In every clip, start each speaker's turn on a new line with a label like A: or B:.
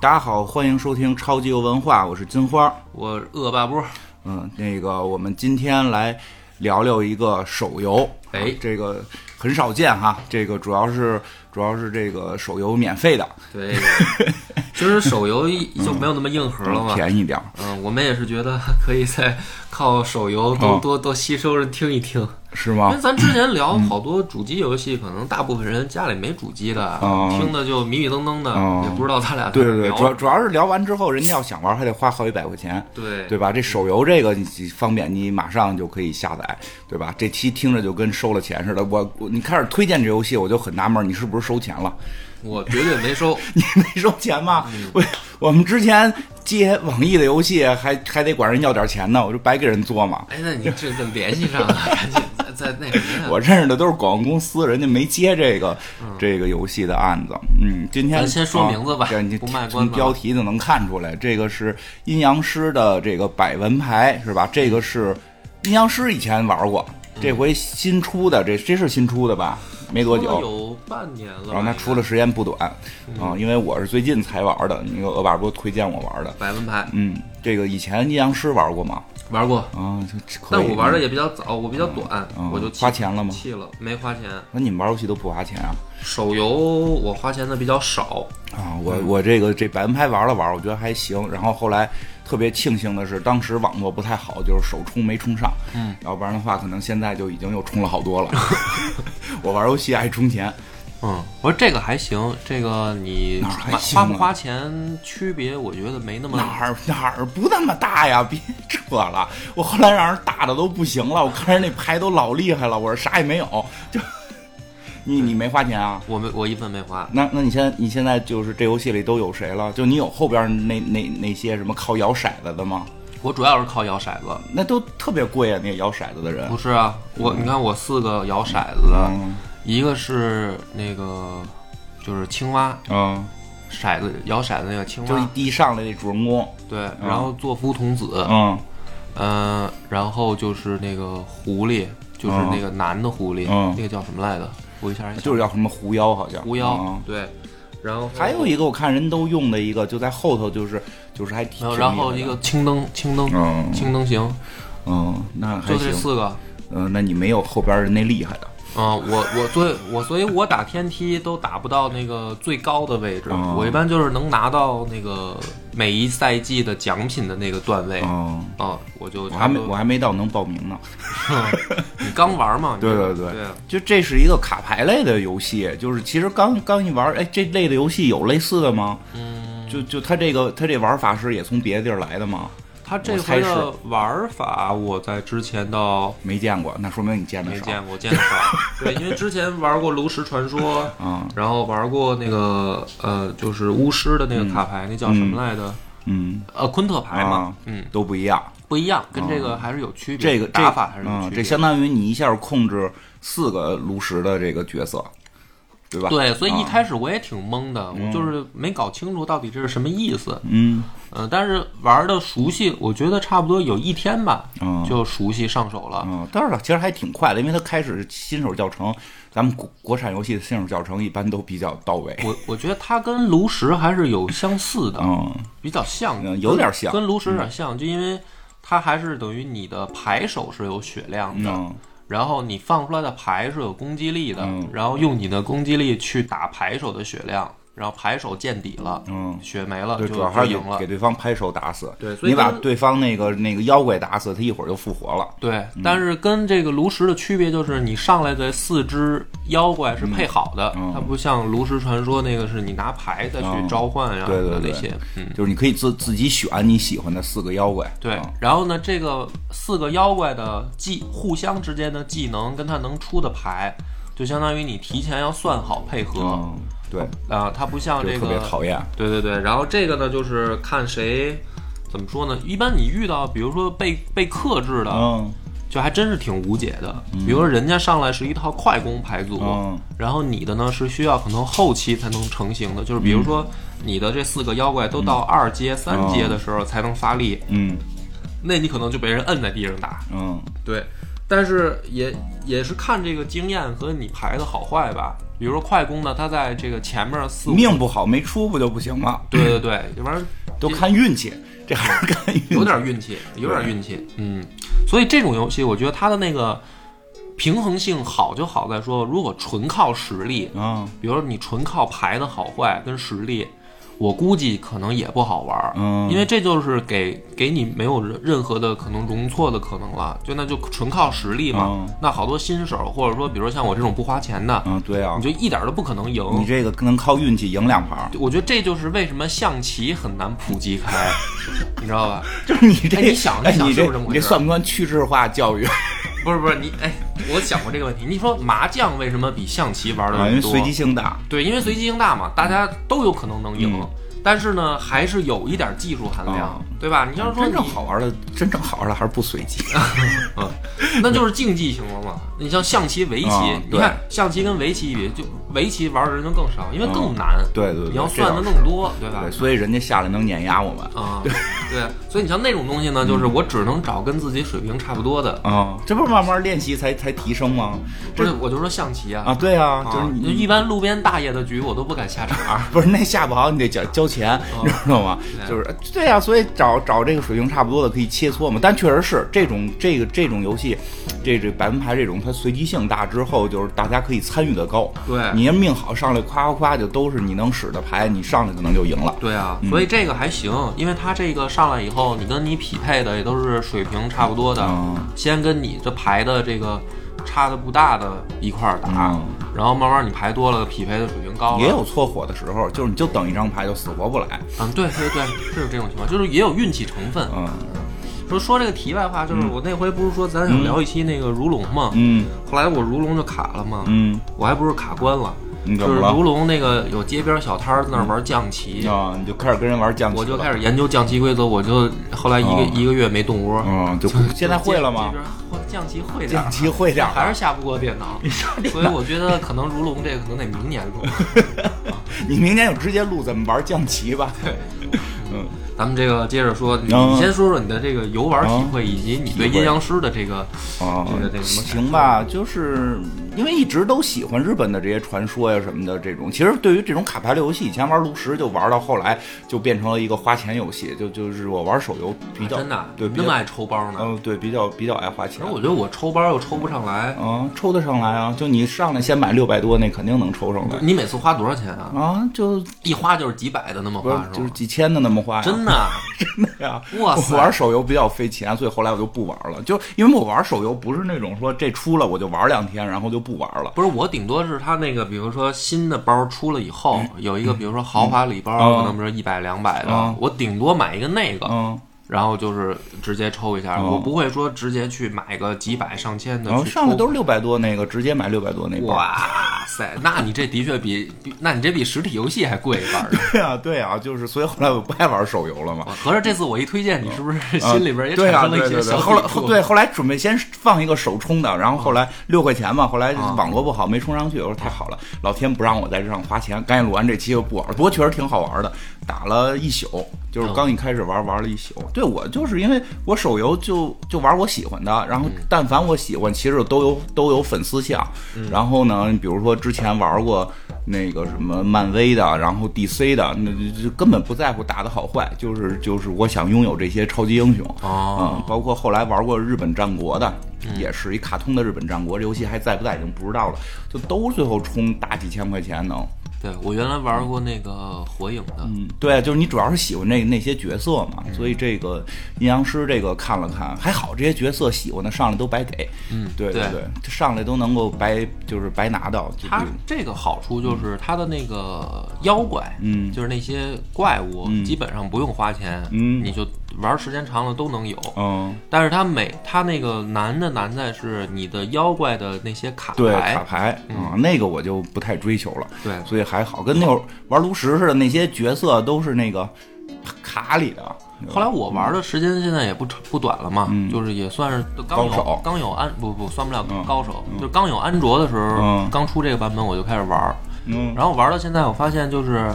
A: 大家好，欢迎收听超级游文化，我是金花。
B: 我恶 霸波，
A: 嗯，那个我们今天来聊聊一个手游，
B: 哎
A: 啊这个很少见哈，这个主要是主要是这个手游免费的，
B: 对，其实手游一就没有那么硬核了嘛。
A: 便宜点儿。
B: 嗯，我们也是觉得 可以再靠手游
A: 嗯
B: 多多多吸收人听一听，
A: 是
B: 因
A: 吗
B: 为？咱之前聊
A: 嗯
B: 好多主机游戏，可能大部分人家里没主机的
A: 哦，
B: 听的就迷迷瞪瞪的
A: 哦，
B: 也不知道咱俩
A: 对
B: 在
A: 对
B: 哪
A: 对，
B: 聊
A: 主要主要是聊完之后，人家要想玩还得花好几百块钱，
B: 对
A: 对吧？这手游这个你方便，你马上就可以下载，对吧？这期听着就跟收了钱似的。我我你开始推荐这游戏，我就很纳闷，你是不是收钱了？
B: 我绝对没收，
A: 你没收钱吗？
B: 嗯
A: 我我们之前接网易的游戏还还得管人要点钱呢，我就白给人做嘛。
B: 哎，那你这怎么联系上了？赶紧再再那什么呀？
A: 我认识的都是广告公司，人家没接这个、这个游戏的案子。嗯，今天
B: 嗯咱先说名字吧
A: 啊对你
B: 不卖关子
A: 从标题就能看出来，这个是阴阳师的这个百闻牌是吧？这个是阴阳师以前玩过，
B: 嗯
A: 这回新出的，这这是新出的吧？没多久，哦
B: 有嗯半年了吧，
A: 然后它出的时间不短啊，因为我是最近才玩的，那个恶霸波推荐我玩的。
B: 百闻牌
A: 嗯，这个以前阴阳师玩过吗？
B: 玩过，
A: 啊，这可以。
B: 但我玩的也比较早，我比较短，
A: 嗯
B: 我就弃
A: 花钱了吗
B: 弃了，没花钱。
A: 那你们玩游戏都不花钱啊？
B: 手游我花钱的比较少，
A: 啊，我我这个这百分拍玩了玩，我觉得还行。然后后来特别庆幸的是，当时网络不太好，就是首充没充上。嗯，要不然的话，可能现在就已经又充了好 多了。我玩游戏爱充钱，
B: 嗯，我说这个还行，这个你
A: 哪儿还
B: 买
A: 行啊
B: 花不花钱区别，我觉得没那么。
A: 哪儿哪儿不那么大呀？别扯了，我后来让人打的都不行了，我看人那牌都老厉害了，我说啥也没有，就你你没花钱啊？
B: 我没，我一分没花。
A: 那那你现在你现在就是这游戏里都有谁了？就你有后边那那那些什么靠摇骰子的吗？
B: 我主要是靠摇骰子，
A: 那都特别贵啊！那摇骰子的人
B: 不，是啊，我你看我四个摇骰子的，
A: 嗯
B: 一个是那个就是青蛙
A: 嗯，
B: 骰子摇骰子那个青
A: 就是
B: 蛙，
A: 第一上来那主人公，
B: 对，然后做夫童子，
A: 嗯
B: 嗯、然后就是那个狐狸，就是
A: 嗯
B: 那个男的狐狸，
A: 嗯
B: 那个叫什么来着？我一下还想
A: 就是叫什么狐妖好像，
B: 嗯狐妖，
A: 嗯
B: 对，然后
A: 还有一个我看人都用的一个，就在后头就是就是还挺
B: 没有，
A: 挺
B: 嗯然后
A: 厉
B: 一
A: 害的
B: 个青灯，青灯，
A: 嗯
B: 青灯行，
A: 嗯，那还
B: 就这
A: 行，
B: 四个。
A: 嗯，那你没有后边人那厉害的，
B: 啊、我我最我所以，我打天梯都打不到那个最高的位置，
A: 哦
B: 我一般就是能拿到那个每一赛季的奖品的那个段位啊、
A: 嗯，
B: 我就
A: 我还没
B: 差不
A: 我
B: 多
A: 还没到能报名呢。
B: 你刚玩嘛，你
A: 对
B: 这
A: 对对
B: 对，
A: 就这是一个卡牌类的游戏，就是其实刚刚一玩，哎，这类的游戏有类似的吗？嗯，就就它这个它这玩法是也从别的地儿来的吗？
B: 它这
A: 我猜
B: 回的玩法，我在之前倒
A: 没见过，那说明你见的
B: 没
A: 少。
B: 见过，见的少。对，因为之前玩过炉石传说，
A: 啊，
B: 然后玩过那个呃，就是巫师的那个卡牌，那叫什么来着？
A: 嗯，
B: 呃，昆特牌嘛
A: 啊，
B: 嗯，
A: 都不一样。
B: 不一样，跟这个还是有区别，
A: 这个
B: 打法还
A: 这
B: 是
A: 个
B: 有
A: 嗯，
B: 区
A: 这
B: 别。
A: 相当于你一下控制四个炉石的这个角色，对吧？，
B: 对，所以一开始我也挺懵的，我就是没搞清楚到底这是什么意思。
A: 嗯
B: 嗯，但是玩的熟悉，我觉得差不多有一天吧，
A: 嗯
B: 就熟悉上手了。
A: 嗯，但是其实还挺快的，因为它开始新手教程，咱们国国产游戏的新手教程一般都比较到位。
B: 我我觉得它跟炉石还是有相似的，
A: 嗯，
B: 比较像
A: 嗯，有点像
B: 跟炉石有点像，就因为它还是等于你的牌手是有血量的，
A: 嗯
B: 然后你放出来的牌是有攻击力的，然后用你的攻击力去打牌手的血量，然后牌手见底了，
A: 嗯，
B: 血没了
A: 对，
B: 啊就
A: 主要还是
B: 就
A: 给
B: 赢了
A: 给。对方拍手打死。
B: 对所以
A: 你把
B: 跟
A: 对方那个那个妖怪打死，他一会儿就复活了。
B: 对，但是跟这个炉石的区别就是，你上来的四只妖怪是配好的，
A: 嗯
B: 它不像炉石传说那个是你拿牌再去召唤呀、
A: 对对对
B: 啊那些，嗯。
A: 就是你可以自自己选你喜欢的四个妖怪。
B: 对
A: 嗯，
B: 然后呢，这个四个妖怪的技互相之间的技能跟它能出的牌，就相当于你提前要算好配合
A: 嗯，对，
B: 啊，它不像
A: 就
B: 这
A: 特别
B: 个，啊
A: 讨厌。
B: 对对对，然后这个呢就是看谁怎么说呢？一般你遇到比如说被被克制的，
A: 嗯
B: 就还真是挺无解的。比如说人家上来是一套快攻牌组，
A: 嗯
B: 然后你的呢是需要可能后期才能成型的，就是比如
A: 嗯
B: 说你的这四个妖怪都到二阶、三阶的时候才能发力。
A: 嗯
B: 那你可能就被人摁在地上打。
A: 嗯
B: 对，但是也也是看这个经验和你牌的好坏吧。比如说快攻呢，它在这个前面四五
A: 命不好没出不就不行吗？
B: 对对对，这玩意儿
A: 都看运气，这还是看运气。
B: 有点运气，有点运气，嗯。所以这种游戏，我觉得它的那个平衡性好就好在说，如果纯靠实力，
A: 嗯
B: 比如说你纯靠牌的好坏跟实力，我估计可能也不好玩儿，
A: 嗯，
B: 因为这就是给给你没有任任何的可能容错的可能了，就那就纯靠实力嘛。
A: 嗯
B: 那好多新手或者说比如像我这种不花钱的，
A: 嗯，对啊
B: 你，就一点儿都不可能赢。
A: 你这个能靠运气赢两盘儿，
B: 我觉得这就是为什么象棋很难普及开， 你知道吧？
A: 就是你这，
B: 哎你想
A: 哎
B: 你想
A: 你
B: 是不是
A: 这
B: 这么
A: 你
B: 回
A: 这
B: 事儿
A: 算不算去智化教育？
B: 不是不是你哎，我想过这个问题。你说麻将为什么比象棋玩的
A: 啊，因为
B: 人多？
A: 随机性大，
B: 对，因为随机性大嘛，大家都有可能能赢，
A: 嗯
B: 但是呢，还是有一点技术含量，
A: 啊
B: 对吧？你要说
A: 真
B: 你
A: 正好玩的，真正好玩的还是不随 机。
B: 那就是竞技型了嘛。你像象棋、围棋，
A: 啊
B: 你看象棋跟围棋比，就围棋玩的人就更少，因为更难，
A: 对啊对对，
B: 你要
A: 这
B: 算
A: 倒
B: 的
A: 是
B: 更多，对吧
A: 对，？所以人家下来能碾压我们
B: 啊、对，所以你像那种东西呢，就是我只能找跟自己水平差不多的，
A: 嗯啊，这不是慢慢练习才才提升吗？
B: 不是，我就说象棋啊，
A: 啊，对啊，就是
B: 啊
A: 你啊
B: 一般路边大爷的局我都不敢下场儿。
A: 不是那下不好，你得交交
B: 啊
A: 钱，你知道吗？就是对呀、所以找找这个水平差不多的可以切磋嘛。但确实是这种这个这种游戏，这这百分牌这种，它随机性大之后，就是大家可以参与的高。
B: 对
A: 你要命好上来夸夸夸，就都是你能使的牌，你上来可能就赢了。
B: 对啊，
A: 嗯
B: 所以这个还行，因为它这个上来以后，你跟你匹配的也都是水平差不多的，
A: 嗯
B: 先跟你这牌的这个差的不大的一块儿打，
A: 嗯
B: 然后慢慢你牌多了，匹配的水平高了，
A: 也有搓火的时候，就是你就等一张牌就死活不来。
B: 嗯，对对对，是有这种情况，就是也有运气成分。
A: 嗯
B: 说说这个题外话，就是我那回不是说咱想聊一期那个如龙嘛，
A: 嗯
B: 后来我如龙就卡了嘛，
A: 嗯，
B: 我还不是卡关了，
A: 你
B: 就
A: 怎么
B: 是
A: 了
B: 如龙那个有街边小摊儿在那儿玩象棋，
A: 啊，你就开始跟人玩降级，
B: 我就开始研究降棋规则，我就后来一个、
A: 哦
B: 一个月没动窝。
A: 嗯，就现在会了吗？？
B: 降棋会点
A: 降
B: 儿，
A: 级会点儿
B: 还是下不过电 脑，所以我觉得可能如龙这个可能得明年录。
A: 你明年就直接录怎么玩降棋吧。
B: 咱们这个接着说，你
A: 嗯
B: 你先说说你的这个游玩体会，以及你对阴阳师的这个
A: 啊
B: 这个这个什么感
A: 行吧，就是因为一直都喜欢日本的这些传说呀什么的这种。其实对于这种卡牌类游戏，以前玩炉石就玩到后来就变成了一个花钱游戏，就就是我玩手游比较、
B: 啊真的啊
A: 对
B: 你
A: 比
B: 那么
A: 较
B: 爱抽包呢。
A: 嗯、对比较比较爱花钱
B: 然。后我觉得我抽包又抽不上来，
A: 啊，抽得上来啊！就你上来先买六百多，那肯定能抽上来
B: 你每次花多少钱啊？
A: 啊！就
B: 一花就是几百的那么
A: 不是
B: 花是
A: 就是
B: 吗？
A: 几千的那么花呀，
B: 真的啊，
A: 的呀！
B: 哇
A: 我
B: 塞
A: 玩手游比较费钱，所以后来我就不玩了。就因为我玩手游不是那种说这出了我就玩两天，然后就不玩了。
B: 不是我顶多是他那个，比如说新的包出了以后，有一个比如说豪华礼包，
A: 嗯
B: 可能比如一百两百的
A: 嗯，
B: 我顶多买一个那个，
A: 嗯，
B: 然后就是直接抽一下，
A: 哦
B: 我不会说直接去买个几百上千的
A: 然后
B: 去
A: 哦上来
B: 抽。
A: 都是六百多那个，直接买六百多那包。
B: 哇塞，那你这的确比比，那你这比实体游戏还贵一半儿。
A: 对啊， 对啊，就是所以后来我不爱玩手游了嘛。
B: 合着这次我一推荐，你是不是
A: 啊
B: 心里边也
A: 对
B: 产
A: 啊，
B: 生了
A: 对
B: 一
A: 对
B: 些
A: 对，
B: 小
A: 后来
B: 抵触
A: 后对后来准备先放一个手冲的，然后后来六块钱嘛，后来
B: 啊
A: 网络不好没冲上去，我说太好了，老天不让我在这上花钱，赶紧录完这期就不玩了。不过确实挺好玩的，打了一宿，就是刚一开始玩玩了一宿。对我就是因为我手游就就玩我喜欢的，然后但凡我喜欢，其实都有都有粉丝像。然后呢，比如说之前玩过那个什么漫威的，然后 DC 的，那就就根本不在乎打的好坏，就是就是我想拥有这些超级英雄。
B: 哦，
A: 嗯，包括后来玩过日本战国的，
B: 嗯
A: 也是一卡通的日本战国，这游戏还在不在已经不知道了，就都最后充打几千块钱能。
B: 对我原来玩过那个火影的，
A: 嗯，对，就是你主要是喜欢那那些角色嘛，
B: 嗯
A: 所以这个阴阳师这个看了看，还好这些角色喜欢的上来都白给，嗯，对嗯
B: 对
A: 对，这上来都能够白就是白拿到，就
B: 它这个好处就是它的那个妖怪，
A: 嗯
B: 就是那些怪物，基本上不用花钱，
A: 嗯
B: 你就玩时间长了都能有。
A: 嗯，
B: 但是它每它那个难的难在是你的妖怪的那些卡
A: 对卡
B: 牌，
A: 牌
B: 嗯
A: 啊、那个我就不太追求了，
B: 对
A: 所以还好，跟那会儿玩炉石似的，那些角色都是那个卡里的。
B: 后来我玩的时间现在也不长不短了嘛，就是也算是刚有
A: 嗯高手
B: 刚有安不不算不了
A: 嗯
B: 高手，就刚有安卓的时候，
A: 嗯
B: 刚出这个版本我就开始玩，
A: 嗯，
B: 然后玩到现在，我发现就是，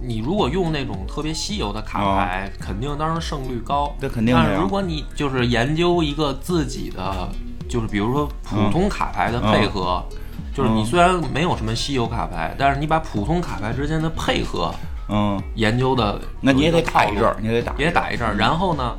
B: 你如果用那种特别稀有的卡牌，肯定当然胜率高。
A: 这肯定的呀
B: 但是如果你
A: 嗯
B: 就是研究一个自己的，就是比如说普通卡牌的配合，就是你虽然没有什么稀有卡牌，但是你把普通卡牌之间的配合
A: 嗯，
B: 研究的，
A: 那你也得打
B: 打
A: 一阵儿，，你嗯也得打，
B: 也打一阵儿，然后呢，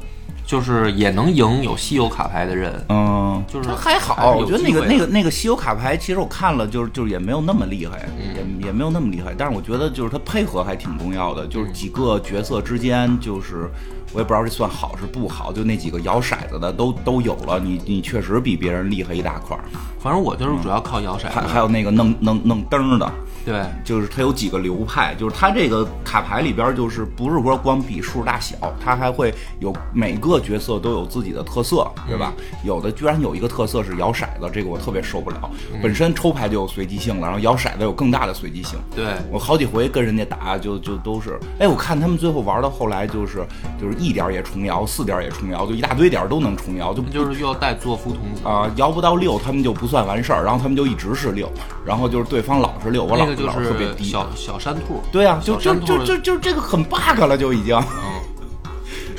B: 就是也能赢有稀有卡牌的人，
A: 嗯。
B: 就是
A: 这还好，
B: 还是
A: 我
B: 有
A: 觉得那
B: 机
A: 个
B: 会的啊
A: 那个那个稀有卡牌，其实我看了，就是就是也没有那么厉害，
B: 嗯
A: 也也没有那么厉害。但是我觉得就是它配合还挺重要的，
B: 嗯
A: 就是几个角色之间，就是我也不知道这算好是不好，就那几个摇骰子的都都有了，你你确实比别人厉害一大 块儿。
B: 反正我就是主要靠摇骰
A: 嗯还
B: 子，
A: 还有那个弄弄弄灯儿的，
B: 对，
A: 就是它有几个流派，就是它这个卡牌里边，就是不是说光比数大小，它还会有每个角色都有自己的特色，
B: 嗯
A: 对吧？有的居然有一个特色是摇骰子，这个我特别受不了。
B: 嗯
A: 本身抽牌就有随机性了，然后摇骰子有更大的随机性。
B: 对
A: 我好几回跟人家打，就就都是，哎，我看他们最后玩到后来就是就是一点儿也重摇，四点儿也重摇，就一大堆点儿都能重摇，就
B: 就是又带作夫童子，
A: 啊、摇不到六，他们就不算完事儿，然后他们就一直是六，然后就是对方老是六，我老、
B: 那个就
A: 老特别
B: 是
A: 低，
B: 小小山兔，
A: 对啊，就
B: 小
A: 就
B: 山
A: 就
B: 兔
A: 就就这个很 bug 了，就已经。 啊
B: 嗯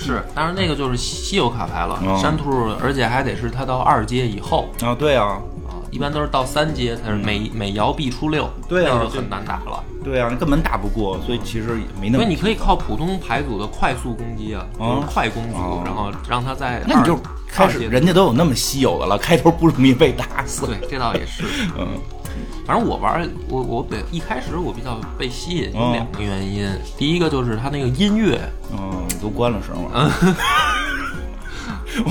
B: 是，当然那个就是稀有卡牌了，
A: 嗯
B: 山兔，而且还得是它到二阶以后
A: 啊，对啊，
B: 啊，一般都是到三阶才是
A: 嗯
B: 每、每摇必出六，
A: 对啊
B: 那就很难打了，
A: 对啊，根本打不过，所以其实也没那
B: 因
A: 么
B: 为。你可以靠普通牌组的快速攻击啊，
A: 嗯
B: 就是快攻组，
A: 哦
B: 然后让它在
A: 那你就
B: 二
A: 开
B: 二
A: 始，
B: 阶
A: 人家都有那么稀有的了，开头不容易被打死。
B: 对，这倒也是。
A: 嗯
B: 反正我玩儿，我我比一开始我比较被吸引有
A: 嗯
B: 两个原因，第一个就是它那个音乐，
A: 嗯，都关了声了。
B: 嗯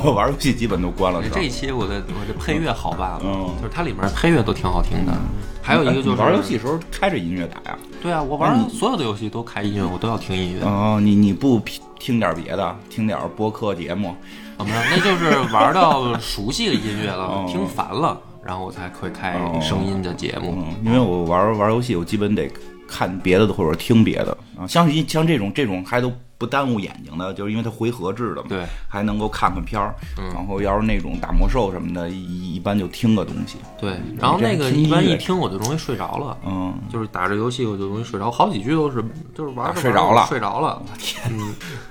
A: 我玩游戏基本都关了
B: 哎
A: 声。
B: 这一期我的我的配乐好吧，
A: 嗯哎
B: 就是它里面配乐都挺好听的。还有一个就是
A: 你玩游戏，的时候开着音乐打呀？
B: 对啊，我玩儿所有的游戏都开音乐，我都要听音乐。
A: 哦，你你不听点别的，听点播客节目？
B: 怎么着？那就是玩到熟悉的音乐了
A: 哦，
B: 听烦了，然后我才会开
A: 哦
B: 声音的节目。
A: 嗯，因为我玩玩游戏，我基本得看别的或者听别的啊。像一像这种这种还都不耽误眼睛的，就是因为它回合制的嘛，
B: 对，
A: 还能够看看片儿。
B: 嗯
A: 然后要是那种打魔兽什么的，一一般就听个东西。
B: 对，然后那个
A: 听音
B: 一
A: 乐
B: 般一听我就容易睡着了。
A: 嗯，
B: 就是打着游戏我就容易睡着，好几局都是就是玩着
A: 啊
B: 玩着
A: 睡着了
B: 睡着了，我天，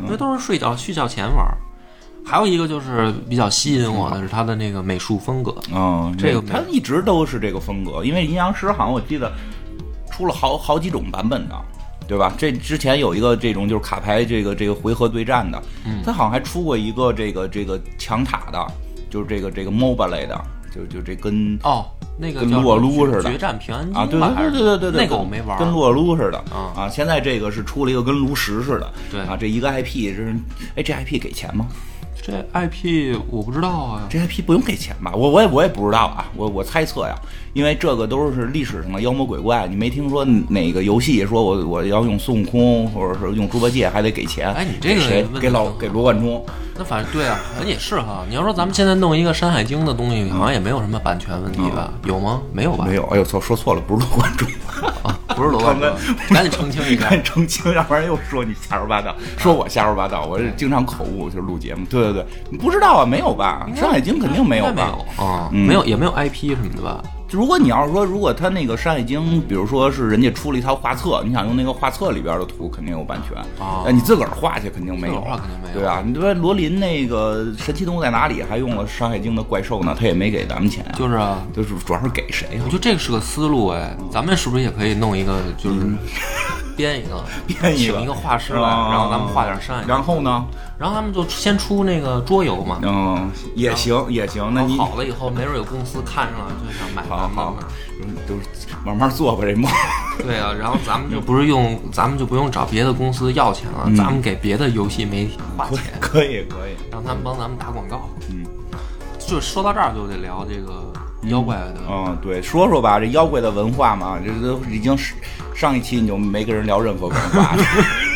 B: 因为都是睡觉睡觉前玩儿。还有一个就是比较吸引我的是它的那个美术风格，
A: 哦，
B: 这个
A: 它一直都是这个风格，因为阴阳师好像我记得出了好好几种版本的。对吧？这之前有一个这种就是卡牌这个这个回合对战的，
B: 嗯
A: 它好像还出过一个这个这个抢塔的，就是这个这个 MOBA 类的，就就这跟
B: 哦，那个
A: 跟
B: 叫
A: 撸啊
B: 什么
A: 撸
B: 决
A: 似的
B: 决战平安京
A: 啊，对
B: 吧还
A: 对
B: 是
A: 对对对对，
B: 那个我没玩儿，
A: 跟撸啊撸似的
B: 啊
A: 啊。现在这个是出了一个跟炉石似的，
B: 对
A: 啊，这一个 IP 是，哎，这 IP 给钱吗？
B: 这 IP 我不知道啊，
A: 这 IP 不用给钱吧？我我也我也不知道啊，我我猜测呀，因为这个都是历史上的妖魔鬼怪，你没听说哪个游戏说我我要用孙悟空或者是用猪八戒还得给钱？
B: 哎你这个
A: 给谁
B: 问得
A: 给老
B: 挺好
A: 给罗贯中？
B: 那反正对啊，好像也是哈。你要说咱们现在弄一个《山海经》的东西，好像也没有什么版权问题吧？有吗？没有吧？
A: 嗯没有，哎呦错说错了，不是罗贯中，
B: 啊，不是罗贯 中，赶紧澄清一
A: 你
B: 下。
A: 看澄清，要不然又说你瞎说八道，说我瞎说八道，我是经常口误，就是录节目。对对对，你不知道啊，没有吧？《山海经》肯定没有
B: 应该没
A: 吧？
B: 有啊，
A: 嗯
B: 没有也没有 IP 什么的吧？
A: 如果你要是说，如果他那个《山海经》，比如说是人家出了一套画册，你想用那个画册里边的图，肯定有版权。哎
B: 啊
A: 但你自个儿画去肯定没有。
B: 自个儿画肯定没有
A: 对啊，你说罗琳那个《神奇动物在哪里》还用了《山海经》的怪兽呢，他也没给咱们钱啊。
B: 就是啊，
A: 就是主要是给谁啊
B: 我？觉得这个是个思路哎，咱们是不是也可以弄一个，就是编一个，
A: 嗯 编一个
B: 请一个画师来，
A: 啊
B: 然后咱们画点山海经，
A: 然后呢？
B: 然后他们就先出那个桌游嘛，
A: 嗯，也行也行，那
B: 然后
A: 你
B: 哦好了以后，没准有公司看上了就想买
A: 好
B: 咱们
A: 好
B: 的。，
A: 嗯都是慢慢做吧这梦。
B: 对啊，然后咱们就不是用，咱们就不用找别的公司要钱了，
A: 嗯
B: 咱们给别的游戏媒体花钱，
A: 可以可以，
B: 让他们帮咱们打广告。
A: 嗯，
B: 就说到这儿就得聊这个妖怪的。
A: 嗯，对，说说吧，这妖怪的文化嘛，这都已经是上一期你就没跟人聊任何文化了，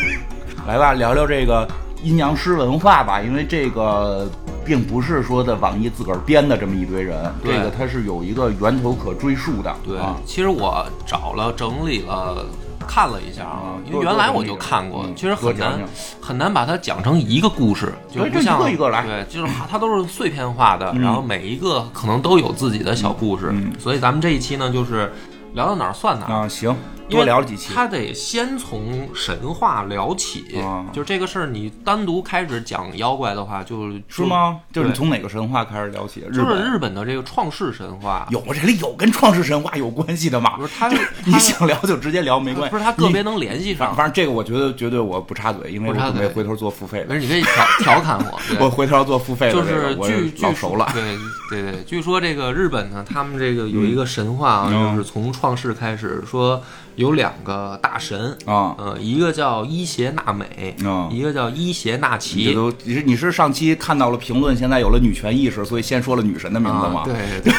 A: 来吧，聊聊这个阴阳师文化吧，因为这个并不是说在网易自个儿编的这么一堆人，这
B: 对
A: 个它是有一个源头可追溯的，
B: 对，
A: 啊，
B: 其实我找了整理了。看了一下啊
A: 嗯，
B: 因为原来我就看过
A: 嗯，
B: 其实很
A: 多讲
B: 难
A: 讲
B: 很难把它讲成一个故事，就
A: 对
B: 不像
A: 这一个一个来
B: 对，就是它它都是碎片化的，然后每一个可能都有自己的小故事
A: 嗯，
B: 所以咱们这一期呢就是聊到哪儿算哪儿。
A: 啊，行，多聊了几期。
B: 他得先从神话聊起，
A: 啊
B: 就这个事儿，你单独开始讲妖怪的话，就是
A: 是？吗？就是你
B: 对
A: 从哪个神话开始聊起？
B: 就就是
A: 本
B: 日本的这个创世神话，
A: 有这里有跟创世神话有关系的吗
B: 不？是他，
A: 你
B: 他
A: 想聊就直接聊，没关系。
B: 不是他个别
A: 你
B: 能联系
A: 反
B: 上，
A: 反正这个我觉得绝对我不插嘴，因为我
B: 不插
A: 准
B: 嘴
A: 备回头做付费
B: 没
A: 的。
B: 事，你可以调调侃我，对
A: 我回头要做付费的，
B: 就
A: 这个
B: 是
A: 我
B: 据
A: 老
B: 据
A: 熟了。
B: 对对对，据说这个日本呢，他们这个有一个神话啊，
A: 嗯
B: 就是从创世开始，说有两个大神，
A: 啊
B: 呃，一个叫伊邪那美，
A: 嗯
B: 一个叫伊邪那
A: 你
B: 岐。啊
A: 都你是你是上期看到了评论，现在有了女权意识，所以先说了女神的名字
B: 啊
A: 吗，？
B: 对对对，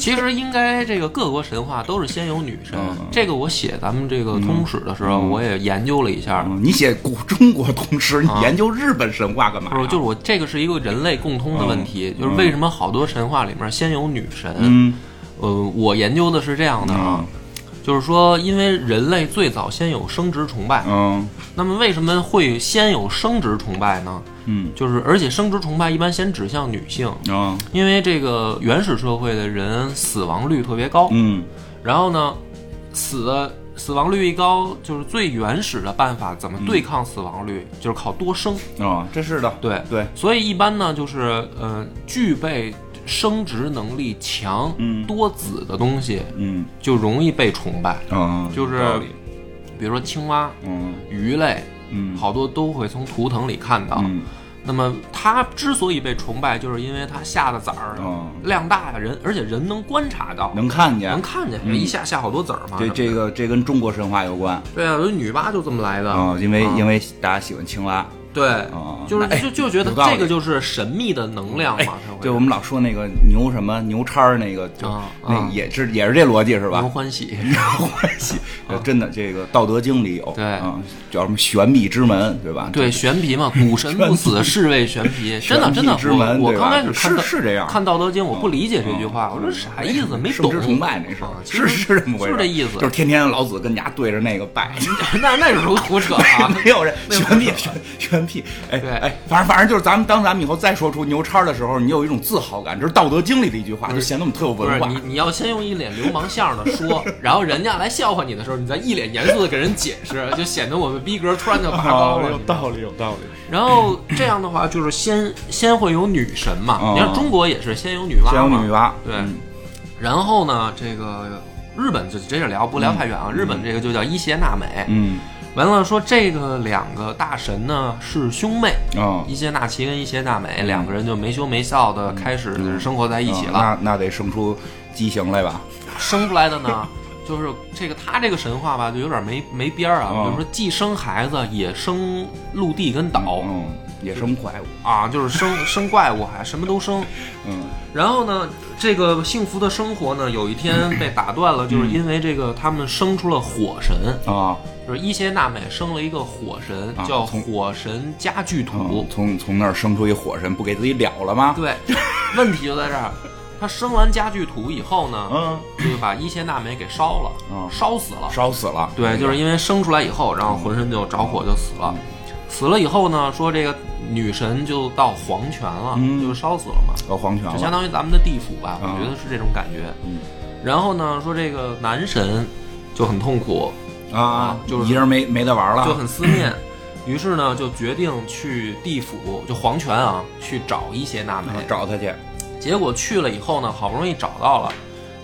B: 其实应该这个各国神话都是先有女神
A: 嗯，
B: 这个我写咱们这个通史的时候，我也研究了一下，
A: 嗯你写古中国通史，你
B: 啊
A: 研究日本神话干嘛
B: 不是，
A: 呀？
B: 就是我这个是一个人类共通的问题，就是为什么好多神话里面先有女神？
A: 嗯
B: 呃，我研究的是这样的啊，就是说，因为人类最早先有生殖崇拜，
A: 嗯
B: 那么为什么会先有生殖崇拜呢？
A: 嗯
B: 就是而且生殖崇拜一般先指向女性，
A: 嗯
B: 因为这个原始社会的人死亡率特别高，
A: 嗯
B: 然后呢，死的死亡率一高，就是最原始的办法怎么对抗死亡率，就是靠多生。
A: 啊，这是的，
B: 对
A: 嗯对，
B: 所以一般呢，就是呃，具备生殖能力强、
A: 嗯
B: 多子的东西，
A: 嗯
B: 就容易被崇拜。
A: 嗯，
B: 就是
A: 有道理
B: 比如说青蛙、
A: 嗯
B: 鱼类，
A: 嗯
B: 好多都会从图腾里看到。
A: 嗯
B: 那么它之所以被崇拜，就是因为它下的崽儿、啊
A: 嗯，
B: 量大呀，人而且人能观察到，
A: 能看见嗯
B: 能，看见，一下下好多籽儿嘛。
A: 这
B: 什
A: 这
B: 么的
A: 个这跟中国神话有关
B: 对啊，有女娲就这么来的。
A: 啊，因为
B: 啊
A: 因为大家喜欢青蛙，
B: 对
A: 哦，
B: 就是
A: 那哎
B: 就就觉得
A: 有道理哎
B: 这个就是神秘的能量嘛，它会
A: 就我们老说那个牛什么牛叉儿那个，就
B: 啊
A: 那
B: 啊
A: 也是也是这逻辑是吧
B: 牛？欢喜。
A: 欢 喜，呃真的，这个《道德经》里有，
B: 对
A: 啊，叫什么“玄秘之门”，对吧？
B: 对，玄皮嘛，古神不死，是谓玄皮。真的，
A: 玄
B: 真的
A: 秘，之
B: 我
A: 门
B: 我
A: 对
B: 刚
A: 吧
B: 开始看
A: 是
B: 到
A: 是这样嗯
B: 看《道德经》，我不理解这句话，我说啥意思？没
A: 圣
B: 懂。
A: 之崇拜那事儿
B: 啊，其
A: 是
B: 实
A: 是这么回事儿，
B: 是这意思
A: 就是天天老子跟人家对着那个拜，
B: 那那是胡胡扯啊！
A: 没有人玄屁玄玄屁，哎
B: 对
A: 哎，反正反正就是咱们当咱们以后再说出牛叉儿的时候，你有一种自豪感，这是《道德经》里的一句话，就显得我们特有
B: 不是
A: 文化
B: 你，。你要先用一脸流氓相的说，然后人家来笑话你的时候，你再一脸严肃的给人解释，就显得我们逼格突然就拔
A: 啊
B: 高了。你知道吗
A: 道理，哦有道理。
B: 然后这样的话，就是先先会有女神嘛，你看
A: 嗯
B: 中国也是先有女娲嘛，
A: 先有女娲，
B: 对
A: 嗯
B: 然后呢，这个日本就接着聊，不聊太远啊。日本这个就叫伊邪那美，
A: 嗯
B: 完了说这个两个大神呢是兄妹，
A: 啊，
B: 伊邪那岐跟伊邪那
A: 嗯
B: 美两个人就没羞没臊的开始生活在一起了。
A: 啊那那得生出畸形来吧？
B: 生出来的呢，就是这个他这个神话吧，就有点没没边儿啊。
A: 嗯
B: 比如说既生孩子，也生陆地跟岛
A: 嗯，野生怪物，
B: 啊，就是生生怪物，还什么都生。
A: 嗯
B: 然后呢，这个幸福的生活呢，有一天被打断了，
A: 嗯
B: 就是因为这个他们生出了火神，
A: 啊，
B: 就是伊邪那美生了一个火神
A: 啊，
B: 叫
A: 从
B: 火神家具土
A: 嗯。从从那儿生出一火神，不给自己了了吗？
B: 对，问题就在这儿，他生完家具土以后呢，
A: 嗯，
B: 就把伊邪那美给烧
A: 嗯
B: 了，烧死了。
A: 烧死了。哎嗯
B: 对，就是因为生出来以后，然后浑身就着火就死了。死了以后呢，说这个女神就到黄泉了，
A: 嗯
B: 就烧死了嘛。
A: 搞黄泉
B: 就相
A: 了。
B: 当于咱们的地府吧，
A: 啊
B: 我觉得是这种感觉。
A: 嗯
B: 然后呢，说这个男神就很痛苦，
A: 啊，
B: 就是
A: 一人没没得玩了，啊
B: 就很思念，于是呢就决定去地府，就黄泉啊，去找伊邪那美
A: 啊。找他去。
B: 结果去了以后呢，好不容易找到了，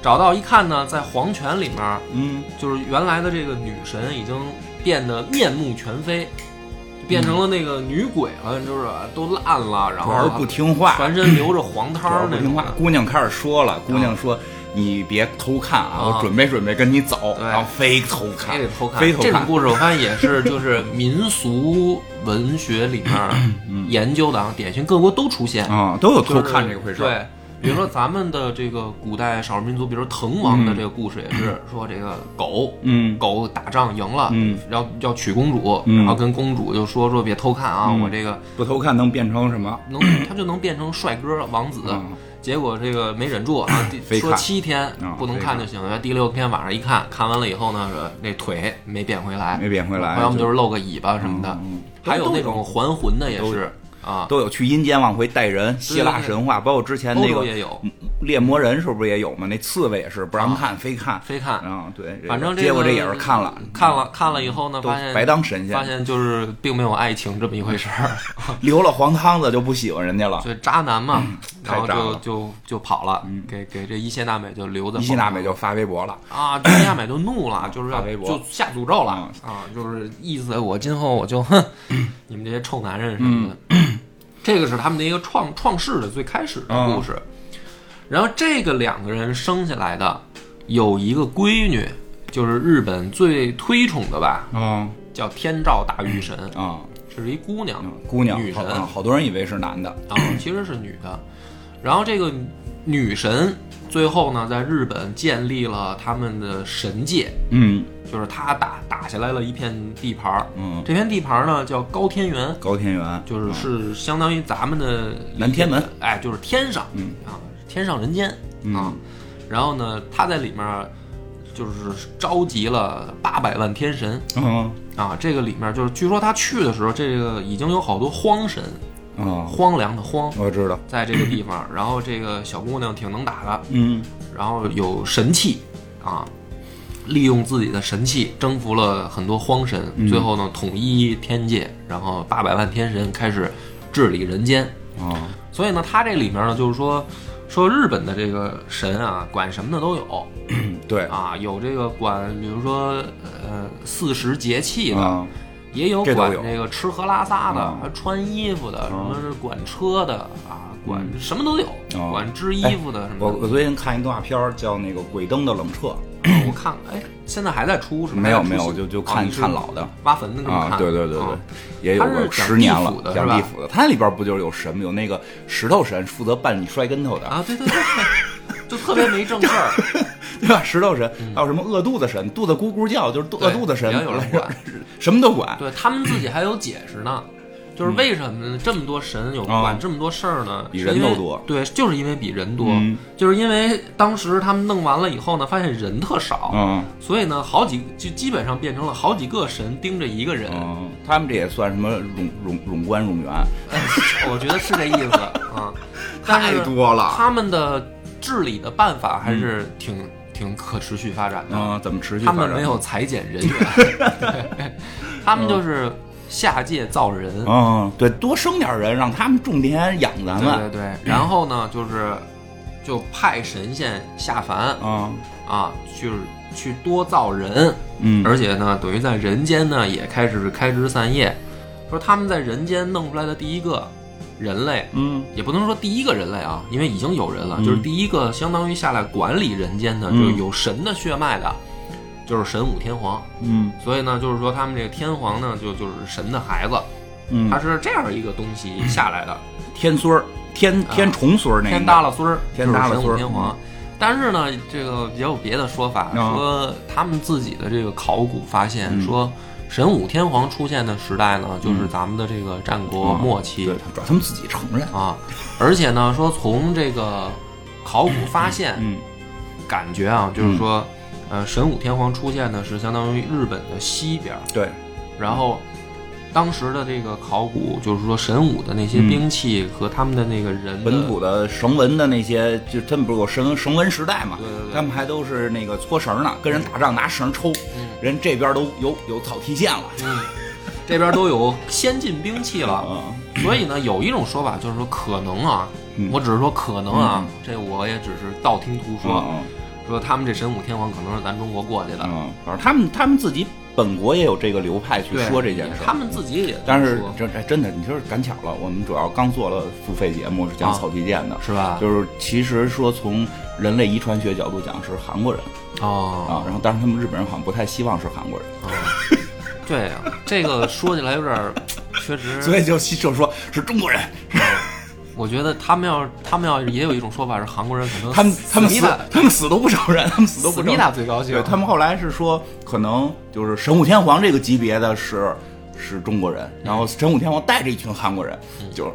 B: 找到一看呢，在黄泉里面，
A: 嗯，
B: 就是原来的这个女神已经变得面目全非，就变成了那个女鬼了，就是都烂了，
A: 嗯
B: 然
A: 主要是
B: 后
A: 不听话，
B: 全身流着黄
A: 主
B: 汤
A: 要
B: 儿
A: 是不
B: 那
A: 听
B: 种
A: 话
B: 的。。
A: 姑娘开始说了，姑娘说。你别偷看啊！
B: 啊
A: 我准备准备跟你走，
B: 对
A: 然后非偷看，
B: 非得偷看。
A: 非偷
B: 这种
A: 看。
B: 故事，我发现也是就是民俗文学里
A: 嗯
B: 面研究的啊，典型各国都出现，
A: 啊，都有
B: 就是
A: 偷看这回事儿。
B: 对。比如说咱们的这个古代少数民族，比如说滕王的这个故事也是说这个狗，
A: 嗯
B: 狗打仗赢了，
A: 嗯，
B: 要要娶公主，
A: 嗯
B: 然后跟公主就说说别偷看啊，我这个
A: 不偷看能变成什么？
B: 能他就能变成帅哥王子，
A: 嗯
B: 结果这个没 忍住啊，第
A: 非看
B: 说七天
A: 嗯
B: 不能看就行了。第六天晚上一看，看完了以后呢，是那腿没变回来，
A: 没变回来嗯
B: 要么就是露个尾巴什么的，还有那种还魂的也
A: 都
B: 是啊，
A: 都有去阴间往回带人，希腊
B: 对对
A: 神话，包括之前
B: 欧
A: 那
B: 洲
A: 个
B: 也有，
A: 猎魔人是不是也有嘛？那刺猬也是不
B: 啊
A: 让看，非看，
B: 非看
A: 啊，对，这个
B: 反正这个
A: 结果这也是看了，
B: 看了看了以后呢，
A: 都
B: 发现
A: 白当神仙
B: 发现就是并没有爱情这么一回事 儿，
A: 留了黄汤子就不喜欢人家了。
B: 所以渣男嘛，
A: 嗯太
B: 然后
A: 渣
B: 就
A: 了嗯
B: 就就跑了，给给这伊邪那美就留在
A: 伊
B: 后
A: 西
B: 面
A: 娜美就发微博了，
B: 啊，伊邪那美就怒了，就是要
A: 发微博
B: 就下诅咒了啊，就是意思我今后我就 哼，你们这些臭男人什么的，
A: 嗯
B: 这个是他们的一个创创世的最开始的
A: 啊
B: 故事。然后这个两个人生下来的有一个闺女，就是日本最推崇的吧，
A: 嗯
B: 叫天照大御神，
A: 啊，
B: 这是一姑娘，
A: 嗯姑娘
B: 女，
A: 好
B: 神
A: 嗯好多人以为是男的，
B: 啊，其实是女的。然后这个女神最后呢，在日本建立了他们的神界，
A: 嗯
B: 就是她打打下来了一片地盘儿。
A: 嗯，
B: 这片地盘儿呢叫高天原，
A: 高天原
B: 就是是相当于咱们的
A: 南天门，
B: 哎，就是天上，
A: 嗯
B: 啊，天上人间啊。然后呢，她在里面儿就是召集了八百万天神
A: 嗯
B: 啊。这个里面就是据说她去的时候，这个已经有好多荒神，
A: 嗯，
B: 荒凉的荒。
A: 我知道，
B: 在这个地方，然后这个小姑娘挺能打的，
A: 嗯
B: 然后有神器啊，利用自己的神器征服了很多荒神，最后呢统一天界，然后八百万天神开始治理人间。
A: 啊
B: 所以呢，它这里面呢就是说，说日本的这个神啊，管什么的都有
A: 嗯对
B: 啊，有这个管，比如说呃四时节气的，
A: 啊
B: 也有
A: 这都
B: 管
A: 有嗯
B: 这个吃喝拉撒的，还穿衣服的，什么是管车的啊，管什么都有，
A: 哦
B: 管织衣服的什
A: 我
B: 么的。哦
A: 我最近看一动画片儿叫那个《鬼灯的冷彻
B: 啊我看看，哎，现在还在出是吗？
A: 没有
B: 还在出
A: 没有
B: 新
A: 就就
B: 哦
A: 看
B: 你是
A: 看老的
B: 挖坟的》这么
A: 啊，
B: 看。
A: 对对对对
B: 哦，
A: 也有
B: 它是
A: 个
B: 讲
A: 十年
B: 地
A: 了
B: 府的，是
A: 讲
B: 吧
A: 地府的，它里边不就是有神吗？有那个石头神负责绊你摔跟头的，
B: 啊，对对对，对就特别没正 事儿。
A: 对吧？石头神，还有什么饿肚子神，肚子咕咕叫，就是
B: 嗯对
A: 饿肚子神
B: 也有人管，
A: 什么都管。
B: 对他们自己还有解释呢，就是为什么这么多神有
A: 啊
B: 管这么多事儿呢？
A: 嗯比
B: 是
A: 人
B: 因为
A: 都多
B: 对，就是因为比人多
A: 嗯，
B: 就是因为当时他们弄完了以后呢，发现人特少，
A: 嗯
B: 所以呢，好几就基本上变成了好几个神盯着一个人，
A: 嗯，他们这也算什么冗冗冗官冗员，
B: 哎我觉得是这意思 啊。但
A: 太
B: 是
A: 多了。
B: 他们的治理的办法还是挺、挺可持续发展的，
A: 嗯，怎么持续
B: 他
A: 发展？
B: 们没有裁减人员， 对他们就是下界造人。
A: 嗯，对，多生点人，让他们种田养咱
B: 对对
A: 们。
B: 对，然后呢，就是就派神仙下凡
A: 嗯
B: 啊，就是去多造人，
A: 嗯，
B: 而且呢，等于在人间呢也开始开枝散叶。说他们在人间弄出来的第一个人类，
A: 嗯
B: 也不能说第一个人类啊，因为已经有人了，
A: 嗯
B: 就是第一个相当于下来管理人间的，
A: 嗯
B: 就是有神的血脉的，就是神武天皇。
A: 嗯
B: 所以呢，就是说他们这个天皇呢，就就是神的孩子，他
A: 嗯，
B: 是这样一个东西下来的。
A: 天孙儿，天天重孙儿那个
B: 啊天耷拉孙儿，
A: 天耷拉
B: 就是
A: 孙儿嗯
B: 神武天皇。但是呢，这个也有别的说法，
A: 啊嗯
B: 说他们自己的这个考古发现，说神武天皇出现的时代呢，就是咱们的这个战国末期
A: 啊对，他主要他们自己承认。
B: 啊。而且呢，说从这个考古发现，
A: 嗯
B: 感觉啊，就是说，呃，神武天皇出现的是相当于日本的西边儿，
A: 对，
B: 然后。当时的这个考古，就是说神武的那些兵器和他们的那个人的
A: 嗯本土的绳文的那些，就他们不是有绳绳文时代嘛？
B: 对对对
A: 他们还都是那个搓绳呢，跟人打仗拿绳抽，
B: 嗯
A: 人这边都有有草剃线了。
B: 嗯，这边都有先进兵器了，
A: 啊，
B: 所以呢，有一种说法就是说可能啊，
A: 嗯
B: 我只是说可能啊，这我也只是道听途说，
A: 嗯
B: 说他们这神武天皇可能是咱中国过去的，
A: 嗯，反正他们他们自己本国也有这个流派去
B: 对，
A: 说这件事儿。
B: 他们自己也这
A: 但
B: 么
A: 是
B: 说
A: 这哎，真的，你就是赶巧了。我们主要刚做了付费节目，是讲
B: 啊
A: 草剃剑的，
B: 是吧？
A: 就是其实说从人类遗传学角度讲是韩国人
B: 哦
A: 啊，，然后但是他们日本人好像不太希望是韩国人，
B: 哦对啊，这个说起来有点儿， 确实，
A: 所以就就说是中国人，
B: 我觉得他们要他们要也有一种说法是韩国人可能
A: 他们
B: 思
A: 他们
B: 密
A: 死
B: 达
A: 他们死都不承认，他们死都不
B: 思
A: 承
B: 密
A: 认。
B: 达最高兴，
A: 对他们后来是说，可能就是神武天皇这个级别的是是中国人，然后神武天皇带着一群韩国人，
B: 嗯
A: 就是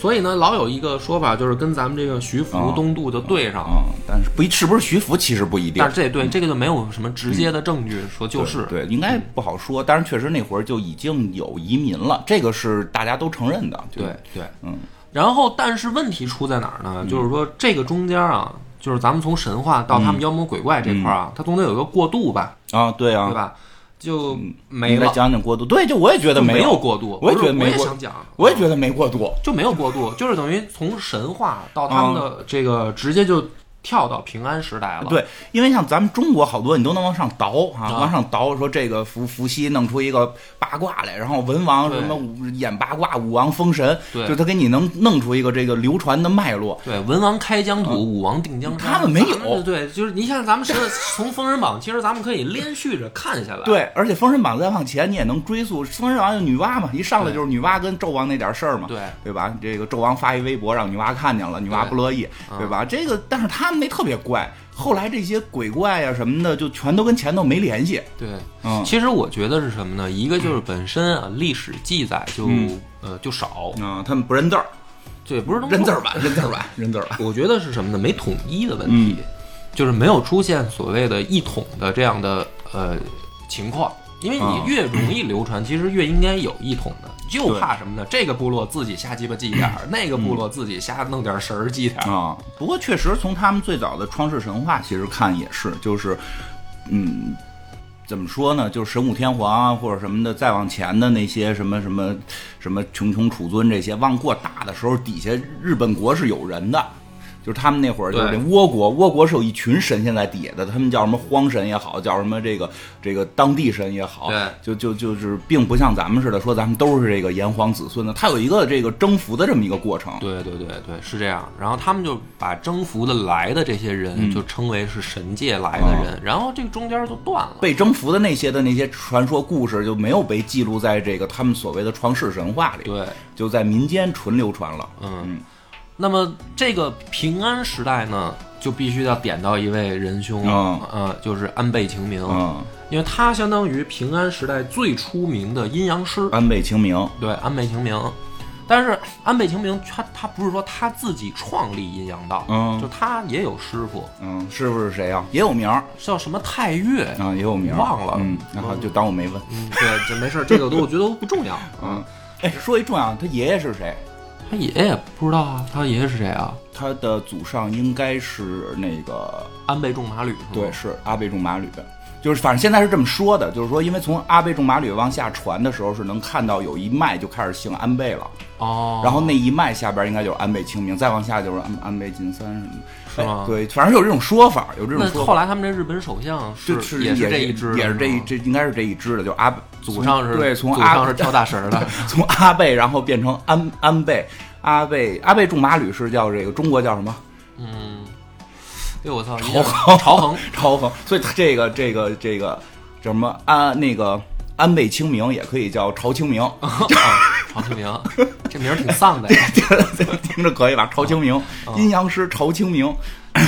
B: 所以呢，老有一个说法就是跟咱们这个徐福
A: 啊
B: 东渡就对上了。
A: 啊、但是不一是不是徐福其实不一定
B: 但。是这对这个就没有什么直接的证据说就是，
A: 嗯对，应该不好说。但是确实那会儿就已经有移民了，这个是大家都承认的。就
B: 对，对
A: 嗯，
B: 然后，但是问题出在哪儿呢？就是说，这个中间啊，就是咱们从神话到他们妖魔鬼怪这块儿啊，它总得有一个过渡吧，
A: 啊，对嗯啊，嗯
B: 对吧？就
A: 你
B: 没
A: 再
B: 了，
A: 讲讲过度，对，就我也觉得
B: 就没
A: 有
B: 过渡。
A: 我也
B: 不
A: 觉得
B: 是
A: 没
B: 我也
A: 过
B: 想讲，啊
A: 我也觉得没过度，
B: 就没有 过渡，就是等于从神话到他们的这个直接就跳到平安时代了。
A: 嗯对，因为像咱们中国好多你都能往上倒啊，
B: 啊
A: 往上倒说这个伏伏羲弄出一个八卦来，然后文王
B: 对
A: 什么武演八卦，武王封神，
B: 对啊
A: 就他给你能弄出一个这个流传的脉络。
B: 对，文王开疆土，武王定江山。
A: 嗯他们没有
B: 咱对，就是你像咱们是从《封神榜》，其实咱们可以连续着看下来。，
A: 对，而且《封神榜》再往前，你也能追溯《封神榜》有女娲嘛，一上来
B: 对
A: 就是女稲跟纣王那点事儿嘛，
B: 对
A: 对吧？这个纣王发一微博让女娲看见了，女娲
B: 对嗯
A: 不乐意，对吧？这个但是他们那特别怪，后来这些鬼怪呀、什么的，就全都跟前头没联系，
B: 对，
A: 嗯
B: 其实我觉得是什么呢？一个就是本身啊，历史记载就、呃就少，
A: 嗯，他们不认字儿，
B: 对，不是那么
A: 认字儿吧，认字儿吧，认字儿吧。
B: 我觉得是什么呢？没统一的问
A: 嗯
B: 题，就是没有出现所谓的一统的这样的呃情况。因为
A: 啊
B: 你越容易流传，其实越应该有一统的，就怕什么呢？这个部落自己瞎鸡巴记点
A: 嗯
B: 儿，那个部落自己瞎弄点儿神儿记点儿。
A: 啊、不过确实从他们最早的创世神话其实看也是，就是，嗯，怎么说呢？就是神武天皇啊，或者什么的，再往前的那些什么什么什么穷穷楚尊这些，往过打的时候，底下日本国是有人的。就是他们那会儿，就是
B: 对
A: 这倭国，倭国是有一群神仙在底下的，他们叫什么荒神也好，叫什么这个这个当地神也好，
B: 对
A: 就就就是并不像咱们似的，说咱们都是这个炎黄子孙的，他有一个这个征服的这么一个过程，
B: 对对对对，是这样。然后他们就把征服的来的这些
A: 嗯
B: 人就称为是神界来的人，然后这个中间就断了。
A: 被征服的那些的那些传说故事就没有被记录在这个他们所谓的创世神话里，
B: 对，
A: 就在民间纯流传了。
B: 嗯，那么这个平安时代呢，就必须要点到一位仁兄，
A: 嗯
B: 呃，就是安倍晴明，
A: 嗯，
B: 因为他相当于平安时代最出名的阴阳师，
A: 安倍晴明，
B: 对，安倍晴明。但是安倍晴明他他不是说他自己创立阴阳道，
A: 嗯
B: 就他也有师傅，
A: 嗯，师傅是谁呀、也有名儿，
B: 叫什么太岳，
A: 啊，也有名儿，
B: 忘了
A: 嗯，然后就当我没问。
B: 嗯，对，这没事儿，这个都我觉得都不重要。
A: 嗯，哎，说一重要，他爷爷是谁？
B: 他爷爷不知道啊，他爷爷是谁啊？
A: 他的祖上应该是那个，
B: 安倍仲麻吕是吗？
A: 对，是阿倍仲麻吕。就是，反正现在是这么说的，就是说，因为从阿倍仲麻吕往下传的时候，是能看到有一脉就开始姓安倍了。
B: 哦，
A: 然后那一脉下边应该就是安倍晴明，再往下就是安安倍晋三什么
B: 是
A: 的，
B: 吗
A: 哎对，反正有这种说法，有这种
B: 那
A: 说
B: 后
A: 法。
B: 来他们这日本首相
A: 就是也
B: 也是这一支的吗，
A: 也是这一这应该是这一支的，就阿
B: 祖上是
A: 对，从
B: 祖
A: 阿
B: 上是跳大神儿的，
A: 从阿倍，然后变成安安倍，阿倍阿倍仲麻吕是叫这个中国叫什么
B: 嗯，哎呦我操，
A: 朝
B: 恒朝恒，
A: 朝衡，所以他这个这个这个叫什么安、那个安倍晴明也可以叫朝清明，
B: 哦朝清明，这名儿挺丧的呀。
A: 听着可以吧？朝清明，
B: 哦
A: 阴阳师朝清明，
B: 对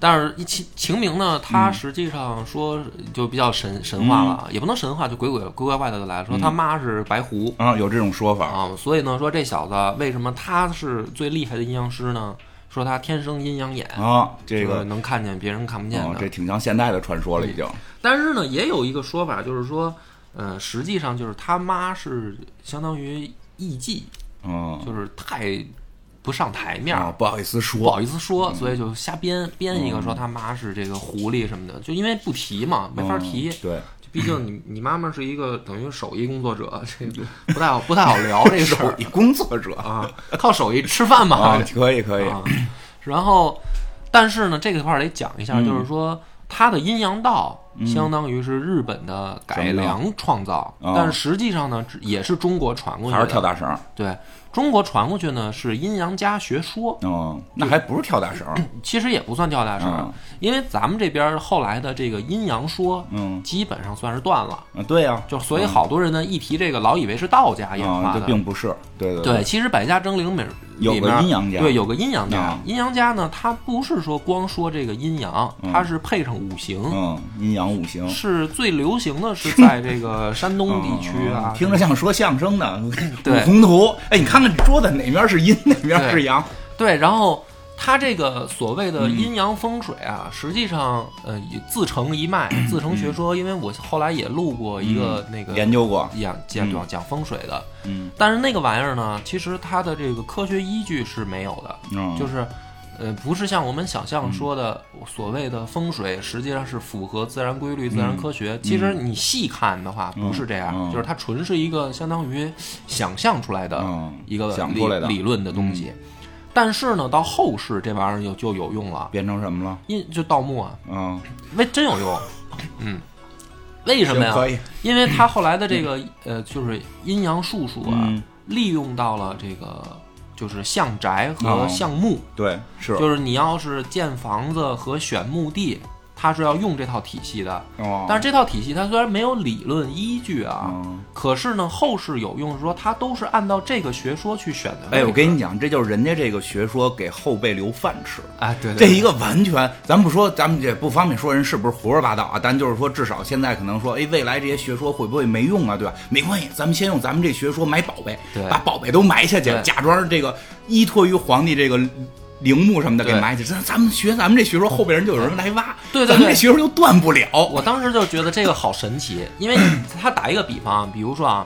B: 但是秦秦明呢，他实际上说就比较神神话了，也不能神话，就鬼鬼鬼怪怪的就来了，说他妈是白狐
A: 啊，有这种说法，
B: 啊，所以呢，说这小子为什么他是最厉害的阴阳师呢？说他天生阴阳眼，
A: 啊，这
B: 哦就是
A: 个
B: 能看见别人看不见
A: 哦，
B: 的
A: 这。挺像现代的传说了，已经。
B: 但是呢，也有一个说法，就是说，呃，实际上就是他妈是相当于艺妓，
A: 嗯，
B: 就是太不上台面
A: 啊
B: 儿，，
A: 不好意思说，
B: 不好意思
A: 嗯
B: 说，所以就瞎编编一个说他妈是这个狐狸什么的，就因为不提嘛，没法提
A: 嗯。对，
B: 就毕竟你你妈妈是一个 等于手艺工作者，这个不太好不太好聊这个事
A: 手
B: 儿
A: 艺工作者
B: 啊，靠手艺吃饭嘛。
A: 啊，可以可以，
B: 啊，然后，但是呢，这个块儿得讲一
A: 嗯
B: 下，就是说它的阴阳道相当于是日本的改良创造，
A: 嗯
B: 但实际上呢，只也是中国传过去
A: 还
B: 的。
A: 是跳大绳儿，
B: 对，中国传过去呢是阴阳家学说，
A: 嗯，那还不是跳大绳儿，
B: 其实也不算吊大绳，
A: 嗯
B: 因为咱们这边后来的这个阴阳说，
A: 嗯，
B: 基本上算是断了。
A: 啊，对呀，
B: 就所以好多人呢一提这个，老以为是道家演
A: 啊，
B: 化
A: 这
B: 的，
A: 并不是，对对
B: 对，，其实百家争鸣里
A: 有
B: 里
A: 个
B: 面
A: 阴阳家
B: 对，有个阴阳家。
A: 啊
B: 阴阳家呢，它不是说光说这个阴阳，它是配上五行，
A: 嗯，阴阳五行，
B: 是最流行的是在这个山东地区啊
A: 嗯。听着像说相声的，
B: 对
A: 五宏图，哎，你看看这桌子哪边是阴，哪边是阳，
B: 对，然后。它这个所谓
A: 嗯
B: 的阴阳风水啊，实际上呃也自成一脉，自成学说。因为我后来也录过一个那个
A: 嗯研究过，
B: 讲讲讲风水的，
A: 嗯
B: 但是那个玩意儿呢，其实它的这个科学依据是没有的，
A: 嗯，
B: 就是。呃，不是像我们想象说的所谓的风水，实际上是符合自然规律、自然科学。其实你细看的话，不是这样，
A: 嗯嗯嗯
B: 就是它纯是一个相当于想象出来的
A: 嗯
B: 一个
A: 想
B: 理
A: 出来的嗯
B: 理论的东西。但是呢，到后世这玩意儿就就有用了，
A: 变成什么了？
B: 因就盗墓啊，
A: 嗯，
B: 为真有用，嗯，为什么呀？
A: 可以，
B: 因为他后来的这个呃，就是阴阳术数啊，
A: 嗯
B: 利用到了这个就是相宅
A: 哦
B: 和相墓，
A: 对，是，
B: 就是你要是建房子和选墓地，它是要用这套体系的。
A: 哦，
B: 但是这套体系它虽然没有理论依据啊，
A: 嗯
B: 可是呢后世有用，是说它都是按照这个学说去选的位
A: 哎，
B: 置。
A: 我跟你讲，这就是人家这个学说给后辈留饭吃。
B: 哎，对
A: 这
B: 对
A: 一个完全，咱不说，咱们也不方便说人是不是胡说八道啊，但就是说，至少现在可能说，哎，未来这些学说会不会没用啊，对吧？没关系，咱们先用咱们这学说买宝贝
B: 对，
A: 把宝贝都埋下去
B: 对，
A: 假装这个依托于皇帝这个陵墓什么的给
B: 对
A: 埋下去。咱咱们学咱们这学说，后边人就有人来挖，
B: 对对
A: 咱们
B: 对
A: 这学说就断不了。
B: 我当时就觉得这个好神奇，因为 他打一个比方，比如说啊，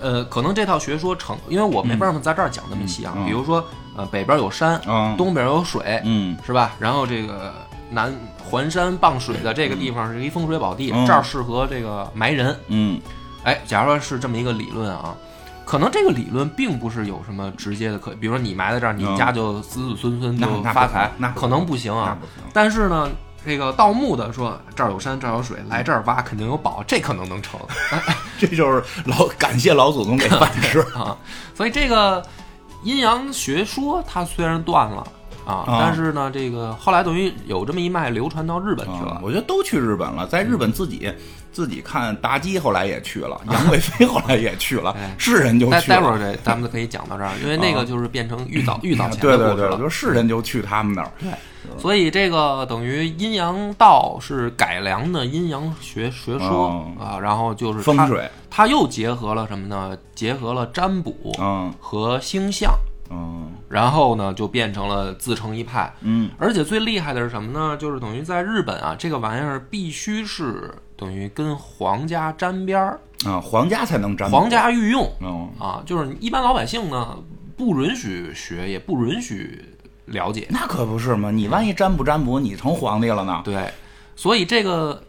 B: 呃，可能这套学说成，因为我没办法在这儿讲那么细啊，
A: 嗯嗯
B: 比如说呃，北边有山，
A: 嗯
B: 东边有水，
A: 嗯
B: 是吧？然后这个南环山傍水的这个地方是一风水宝地，
A: 嗯
B: 这儿适合这个埋人。
A: 嗯
B: 哎，假如说是这么一个理论啊。可能这个理论并不是有什么直接的可，比如说你埋在这儿，你
A: 嗯
B: 家就子子孙孙
A: 那
B: 就
A: 那不
B: 发
A: 可
B: 财
A: 能，那不
B: 可
A: 可
B: 能
A: 能
B: 不行
A: 那
B: 啊
A: 不行。
B: 但是呢，这个盗墓的说这儿有山，这儿有水，来这儿挖肯定有宝，这可能能成
A: 这就是老感谢老祖宗给饭吃。
B: 啊。所以这个阴阳学说它虽然断了啊，
A: 啊
B: 但是呢，这个后来等于有这么一脉流传到日本去
A: 啊
B: 了。
A: 我觉得都去日本了，在日本自
B: 嗯
A: 己自己看妲己，后来也去了，杨贵妃后来也去了
B: 哎，
A: 是人就
B: 待
A: 去
B: 待会
A: 了。
B: 儿这咱们可以讲到这儿，因为那
A: 啊
B: 个就是变成玉藻玉藻前
A: 对
B: 的
A: 对
B: 故事
A: 对，
B: 了
A: 我。就是人就去他们那儿。
B: 所以这个等于阴阳道是改良的阴阳学学说
A: 哦
B: 啊，然后就是
A: 风
B: 它
A: 水，
B: 它又结合了什么呢？结合了占卜
A: 嗯
B: 和星象，
A: 嗯
B: 然后呢就变成了自成一派。
A: 嗯
B: 而且最厉害的是什么呢？就是等于在日本啊，这个玩意儿必须是等于跟皇家沾边儿，
A: 啊，皇家才能占卜
B: 皇家御用
A: 嗯
B: 啊，就是一般老百姓呢不允许学，也不允许了解。
A: 那可不是嘛！你万一占卜占卜，你成皇帝了呢？
B: 对，所以这个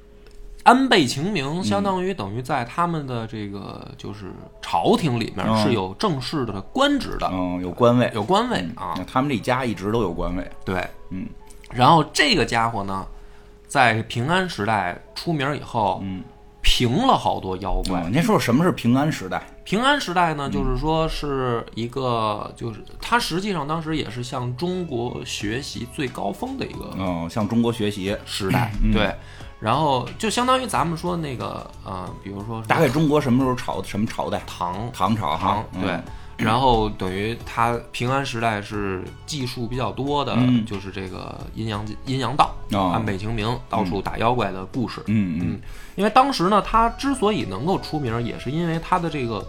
B: 安倍
A: 嗯
B: 晴明相当于等于在他们的这个就是朝廷里面
A: 嗯
B: 是有正式的官职的，
A: 嗯，有官位
B: 有官位啊
A: 啊，。他们这家一直都有官位。
B: 对，
A: 嗯
B: 然后这个家伙呢，在平安时代出名以后，
A: 嗯，
B: 平了好多妖怪。
A: 嗯，您说什么是平安时代？嗯
B: 平安时代呢，就是说是一个，就是他实际上当时也是向中国学习最高峰的一个
A: 嗯，向中国学习
B: 时代，
A: 嗯
B: 对。然后就相当于咱们说那个，呃，比如说什么
A: 大概中国什么时候朝什么朝代？
B: 唐
A: 唐朝
B: 唐
A: 哈，嗯
B: 对，然后等于他平安时代是技术比较多的，
A: 嗯
B: 就是这个阴阳阴阳道、
A: 哦
B: 安倍晴明到处打妖怪的故事。
A: 嗯嗯
B: 嗯，因为当时呢，他之所以能够出名，也是因为他的这个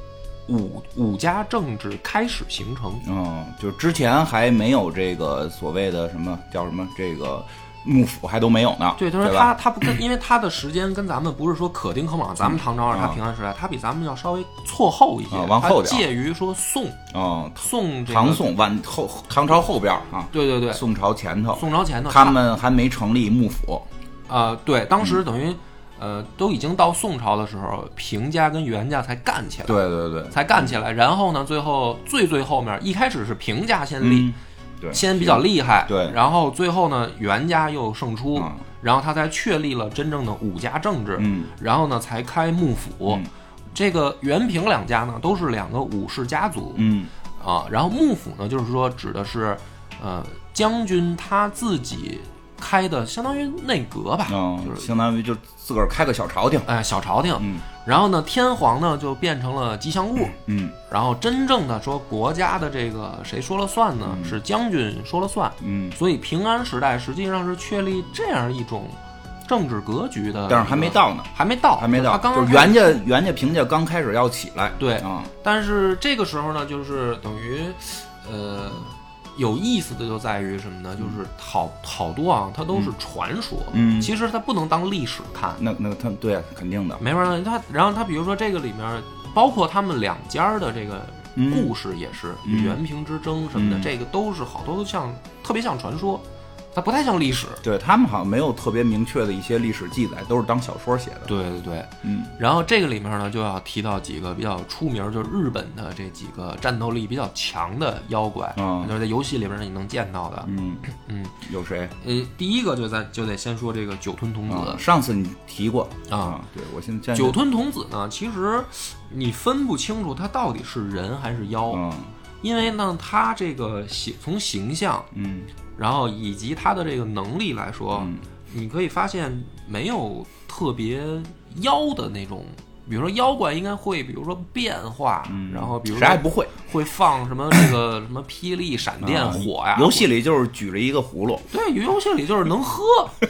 B: 武武家政治开始形成。
A: 嗯，就是之前还没有这个所谓的什么叫什么这个幕府还都没有呢，
B: 对，
A: 对
B: 他说他
A: 吧？
B: 他不跟，因为他的时间跟咱们不是说可丁可卯，咱们唐朝是他平安时代，他比咱们要稍微错后一
A: 嗯
B: 些
A: 啊，往后
B: 他
A: 点儿
B: 介于说宋
A: 嗯，
B: 宋这个
A: 唐，宋晚后唐朝后边儿啊，
B: 对对对，
A: 宋朝前头，
B: 宋朝前头
A: 他们嗯还没成立幕府，
B: 啊，对，当时等于，呃，都已经到宋朝的时候，平家跟袁家才干起来，
A: 对对对，
B: 才干起来。然后呢，最后最最后面，一开始是平家先立，
A: 嗯，对，
B: 先比较厉害，
A: 对
B: 然后最后呢，袁家又胜出，
A: 嗯
B: 然后他才确立了真正的武家政治，
A: 嗯
B: 然后呢，才开幕府。
A: 嗯
B: 这个袁平两家呢，都是两个武士家族，
A: 嗯
B: 啊，然后幕府呢，就是说指的是，呃，将军他自己开的，相当于内阁吧，就
A: 嗯，
B: 是
A: 相当于就自个儿开个小朝廷，
B: 哎小朝廷。
A: 嗯
B: 然后呢，天皇呢就变成了吉祥物。
A: 嗯
B: 然后真正的说国家的这个谁说了算呢？是将军说了算。
A: 嗯，
B: 所以平安时代实际上是确立这样一种政治格局的，
A: 但是还没，到呢，
B: 还没到，
A: 还没到，
B: 他刚
A: 就
B: 刚
A: 是
B: 开始
A: 袁家袁家凭借刚开始要起来，
B: 对
A: 啊，
B: 但是这个时候呢，就是等于，呃，有意思的就在于什么呢？就是好好多啊，它都是传说，
A: 嗯
B: 其实它不能当历史看，
A: 那那他对啊肯定的，
B: 没法让它。然后它比如说这个里面，包括他们两家儿的这个
A: 嗯
B: 故事也是
A: 嗯
B: 原平之争什么的，
A: 嗯
B: 这个都是好多都像特别像传说，它不太像历史。
A: 对他们好像没有特别明确的一些历史记载，都是当小说写的。
B: 对对对，
A: 嗯
B: 然后这个里面呢，就要提到几个比较出名儿，就是日本的这几个战斗力比较强的妖怪，
A: 嗯
B: 就是在游戏里面你能见到的。
A: 嗯
B: 嗯，
A: 有谁？
B: 呃，第一个就在就得先说这个九吞童
A: 啊
B: 子，
A: 上次你提过
B: 嗯啊。，
A: 对我嗯现在
B: 九吞童子呢，其实你分不清楚他到底是人还是妖，
A: 嗯
B: 因为呢，他这个形从形象，
A: 嗯
B: 然后以及他的这个能力来说，
A: 嗯
B: 你可以发现没有特别妖的那种，比如说妖怪应该会，比如说变化，
A: 嗯，
B: 然后比如
A: 谁
B: 说
A: 还不会？
B: 会放什么这个 什么霹雳、闪电、
A: 啊
B: 火呀、
A: 游戏里就是举了一个葫芦，
B: 对游戏里就是 能喝，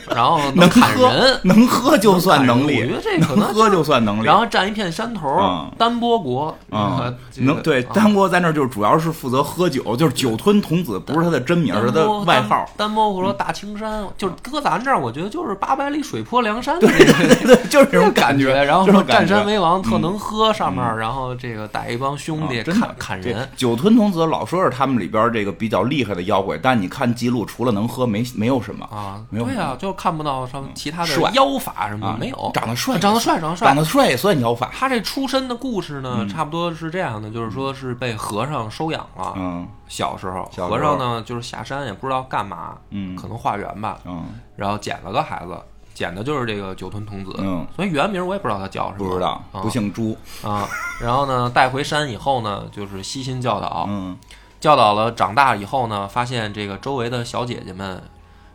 B: 然后砍
A: 喝
B: 人，哎
A: 能喝就算能
B: 我
A: 力
B: 觉，得这可
A: 能
B: 能
A: 喝就算能力。啊
B: 然后占一片山头，
A: 嗯
B: 丹波国
A: 啊
B: 呃，这个
A: 能对，
B: 啊
A: 丹国在那儿就是主要是负责喝酒，就是酒吞童子，不是他的真名，
B: 丹
A: 是他的
B: 波
A: 外号。
B: 丹丹波国大青山，就是搁咱这儿，我觉得就是八百里水泊梁山的这个
A: 对，就是这
B: 这
A: 种
B: 个感
A: 觉。
B: 然后
A: 这
B: 说
A: 种
B: 占
A: 感觉嗯
B: 山为王，特能喝，上面然后这个带一帮兄弟
A: 啊真的
B: 砍砍
A: 这
B: 人，
A: 酒吞童子老说是他们里边这个比较厉害的妖怪，但你看记录，除了能喝，没没有什么
B: 啊，
A: 没有嗯
B: 对啊，就看不到什么其他的
A: 帅
B: 妖法什么
A: 啊
B: 的，没有，
A: 长得帅
B: 长得帅，长得帅
A: 长。得嗯帅也算妖法。
B: 他这出身的故事呢，差不多是这样的，就是说是被和尚收养了。
A: 嗯
B: 小时候，
A: 小时候
B: 和尚呢就是下山也不知道干嘛，
A: 嗯
B: 可能化缘吧，
A: 嗯，
B: 然后捡了个孩子，捡的就是这个九吞童子，
A: 嗯
B: 所以原名我也不知道他叫什么，
A: 不知道，
B: 啊
A: 不姓朱。
B: 啊。然后呢，带回山以后呢，就是悉心教导，
A: 嗯
B: 教导了长大以后呢，发现这个周围的小姐姐们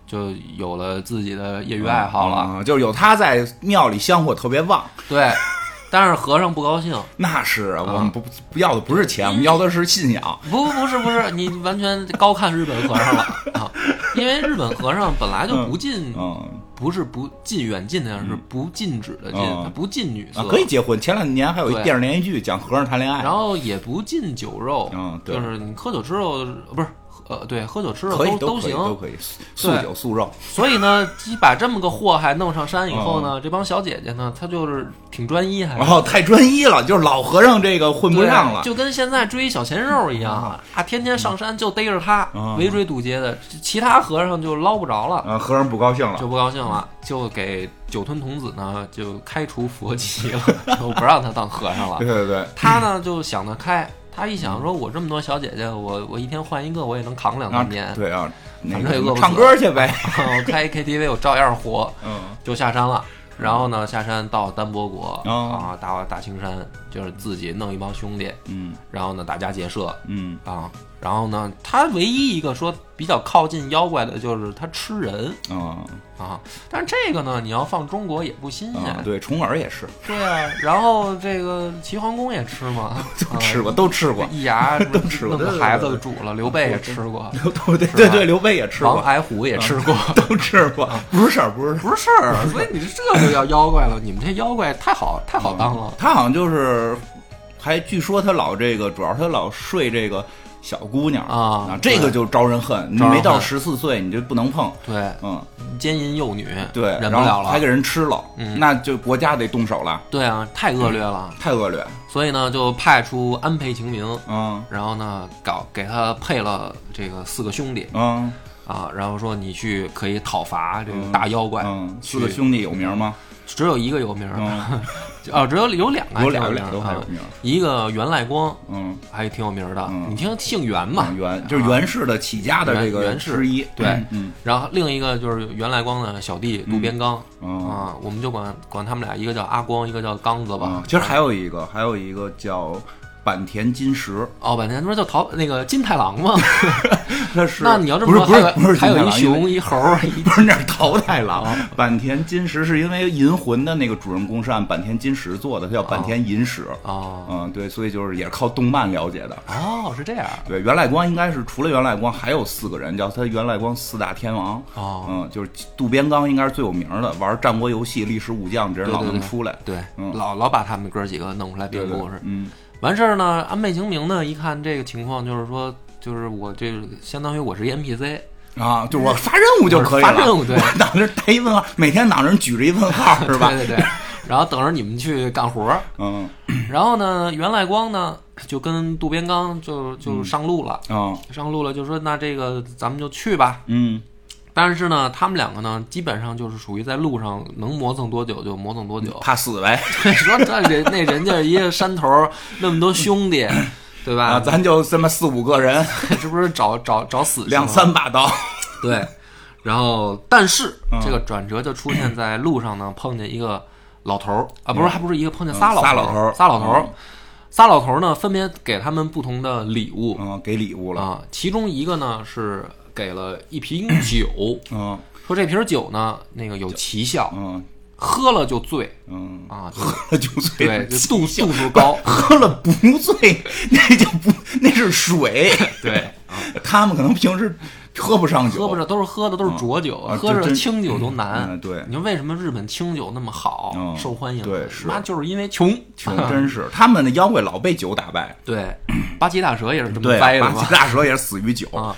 B: 就有了自己的业余爱好了，
A: 嗯就是有他在庙里香火特别旺。
B: 对。但是和尚不 高兴，
A: 那是啊我们不不要的不是钱，我们要的是信仰。
B: 不不是不是，你完全高看日本和 尚了啊！因为日本和尚本来就不近，
A: 嗯。
B: 不是不近远近的样，是不禁止的禁，
A: 嗯
B: 他不近女色，
A: 啊，可以结婚。前两年还有一
B: 对
A: 电视连续剧讲和尚谈恋爱，
B: 然后也不禁酒肉，
A: 嗯对
B: 就是你喝酒吃肉不是。呃，对，喝酒吃肉
A: 可以
B: 都
A: 都可以
B: 行，
A: 都可以素素酒素肉，
B: 所以呢，你把这么个祸害弄上山以后
A: 嗯
B: 呢，这帮小姐姐呢，她就是挺专一还，
A: 然后太专一了，就是老和尚这个混 不
B: 哎对
A: 上了。
B: 就跟现在追小鲜肉一样啊，天天上山就逮着她，
A: 嗯
B: 围追堵截的，其他和尚就捞不着了，
A: 啊，和尚不高兴了
B: 就不高兴了，就给酒吞童子呢就开除佛籍了， 就不让他当和尚了
A: 对。对对，
B: 他呢就想得开，他一想说，我这么多小姐姐，我我一天换一个，我也能扛两
A: 啊
B: 三年。
A: 对啊，那
B: 反正也饿
A: 个
B: 不死
A: 唱歌去 呗。
B: 我开一 KTV，我照样活，
A: 嗯
B: 就下山了。然后呢，下山到丹波国
A: 哦
B: 啊，大大青山，就是自己弄一帮兄弟，
A: 嗯
B: 然后呢打家劫舍
A: 嗯
B: 啊。然后呢，他唯一一个说比较靠近妖怪的就是他吃人
A: 啊
B: 啊，但是这个呢，你要放中国也不新鲜，
A: 啊，对，重耳也是
B: 对啊。然后这个齐桓公也吃嘛，啊
A: 吃过，都吃 过，
B: 一 牙
A: 都吃过
B: 弄
A: 对
B: 个
A: 对
B: 孩
A: 对
B: 子煮了，刘备也吃过，
A: 都都对对对，刘备也吃
B: 王
A: 过，嗯
B: 矮虎也吃过，
A: 都吃过，
B: 哦
A: 不是事儿，不是事儿。
B: 不是事儿。所以你这就叫妖怪了，你们这妖怪太好太好哦当了。
A: 他好像就是，还据说他老这个，主要他老睡这个小姑娘
B: 啊
A: 嗯这个就招人恨。你
B: 招人恨
A: 没到十四岁，你就不能碰。
B: 对，
A: 嗯，
B: 奸淫幼女，
A: 对，
B: 忍不
A: 然
B: 了
A: 后还
B: 了
A: 给。人吃了，
B: 嗯
A: 那就国家得动手了，
B: 对啊，太恶劣了，
A: 太恶劣。
B: 所以呢，就派出安倍晴明，
A: 嗯
B: 然后呢，搞给他配了这个四个兄弟
A: 嗯
B: 啊，然后说你去可以讨伐这个大妖怪，
A: 嗯，
B: 去
A: 四个兄弟有名 吗？
B: 只有一个有名儿，
A: 嗯，
B: 哦，只有有两个还
A: 有
B: 挺
A: 俩有
B: 名
A: 俩
B: 儿
A: 都还有
B: 啊
A: 名。
B: 一个源赖光
A: 嗯，
B: 还挺有名儿的，
A: 嗯
B: 你听姓源嘛，
A: 袁
B: 啊
A: 就是袁氏的起家的这
B: 袁
A: 个
B: 袁氏
A: 之一。
B: 对
A: 嗯
B: 然后另一个就是原来光的小弟渡边刚、
A: 嗯啊
B: 啊，我们就管管他们俩，一个叫阿光，一个叫刚子吧。
A: 啊，其实还有一个，还有一个叫坂田金时。
B: 哦，坂田不是叫桃那个金太郎吗？
A: 那是
B: 那你要这么
A: 不是
B: 说，
A: 不是
B: 还有
A: 不是
B: 还有
A: 金啊太郎
B: 一
A: 因为
B: 熊一猴儿一
A: 不是那是桃太郎。坂田金时是因为《银魂》的那个主人公是按坂田金时做的，他叫坂田银时。
B: 哦
A: 嗯，对，所以就是也是靠动漫了解的。
B: 哦是这样
A: 对，源赖光应该是除了源赖光还有四个人，叫他源赖光四大天王。
B: 哦，
A: 嗯，就是渡边刚应该是最有名的，玩战国游戏、历史武将，这人
B: 对
A: 老
B: 对
A: 能
B: 对
A: 出来。
B: 对，
A: 嗯
B: 老老把他们哥几个弄出来编
A: 对对
B: 故事。
A: 嗯
B: 完事儿呢，安倍晴明呢一看这个情况，就是说就是我这相当于我是一 NPC，
A: 啊，就我发任务就可以了，
B: 我发任务 对
A: 我挡着带一问号，每天挡着举着一问号是吧？
B: 对对对，然后等着你们去干活儿。
A: 嗯
B: 然后呢，袁赖光呢就跟渡边刚就就上路了，
A: 啊
B: 上路了就说那这个咱们就去吧。
A: 嗯
B: 但是呢，他们两个呢基本上就是属于在路上能磨蹭多久就磨蹭多久。
A: 怕死呗
B: 说那人那人家一个山头儿那么多兄弟，对吧？
A: 啊，咱就这么四五个人，
B: 这不是找找找死去
A: 两
B: 吗
A: 三把刀，
B: 对，然后但是这个转折就出现在路上呢，碰见一个老头儿啊，不是，还不是一个，碰见
A: 嗯
B: 仨老
A: 仨
B: 头
A: 老头儿
B: 儿，仨老头儿
A: 嗯，
B: 仨老头儿呢，分别给他们不同的礼物
A: 嗯，给礼物了，
B: 啊，其中一个呢是给了一瓶酒，
A: 嗯
B: 说这瓶酒呢那个有奇效，
A: 嗯
B: 喝了就醉
A: 嗯，
B: 啊， 就
A: 喝了就醉，
B: 对，就度度数高，
A: 喝了不醉，那就不那是 水，
B: 对，
A: 他们可能平时喝不上酒，
B: 喝不上都是喝的都是浊酒，
A: 啊
B: 喝
A: 这
B: 着
A: 真
B: 清酒都难。
A: 嗯对
B: 你说为什么日本清酒那么好，
A: 嗯
B: 受欢迎？
A: 对是
B: 妈就是因为 穷，
A: 穷，真是 他们的妖怪老被酒打败，
B: 对，八岐大蛇也是这么
A: 对，
B: 掰的
A: 八
B: 嘛
A: 岐。大嗯蛇也是死于酒，
B: 啊，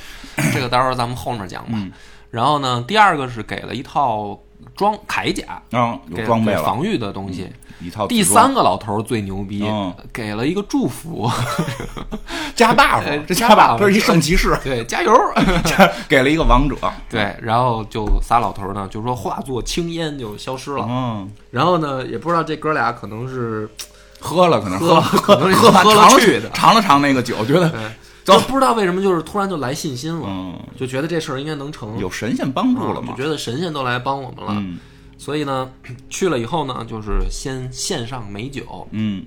B: 这个待会儿咱们后面讲吧。然后呢，第二个是给了一套装铠甲，
A: 啊，有
B: 给
A: 装备
B: 给
A: 了，
B: 防御的东西。
A: 一套
B: 第
A: 紫装
B: 三个老头儿最牛逼
A: 嗯，
B: 给了一个 祝福，
A: 加 buff，
B: 呃
A: 这
B: 加
A: 加 buff，
B: buff，
A: 这是一圣骑 士，
B: 对，加油！
A: 加给了一个王者，
B: 对，然后就仨老头儿呢，就说化作青烟就消失了。
A: 嗯，
B: 然后呢，也不知道这哥俩可能是
A: 喝了可能
B: 喝了
A: 喝
B: 可能是
A: 喝完
B: 喝了
A: 尝
B: 去的
A: 尝了尝那个酒，觉得
B: 对，
A: 走
B: 就呃不知道为什么就是突然就来信心了，
A: 哎嗯
B: 就觉得这事儿应该能成，
A: 有神仙帮助了
B: 嗯啊就
A: 嘛，
B: 觉得神仙都来帮我们了，
A: 嗯
B: 所以呢， 去了以后呢，就是先献上美酒
A: 嗯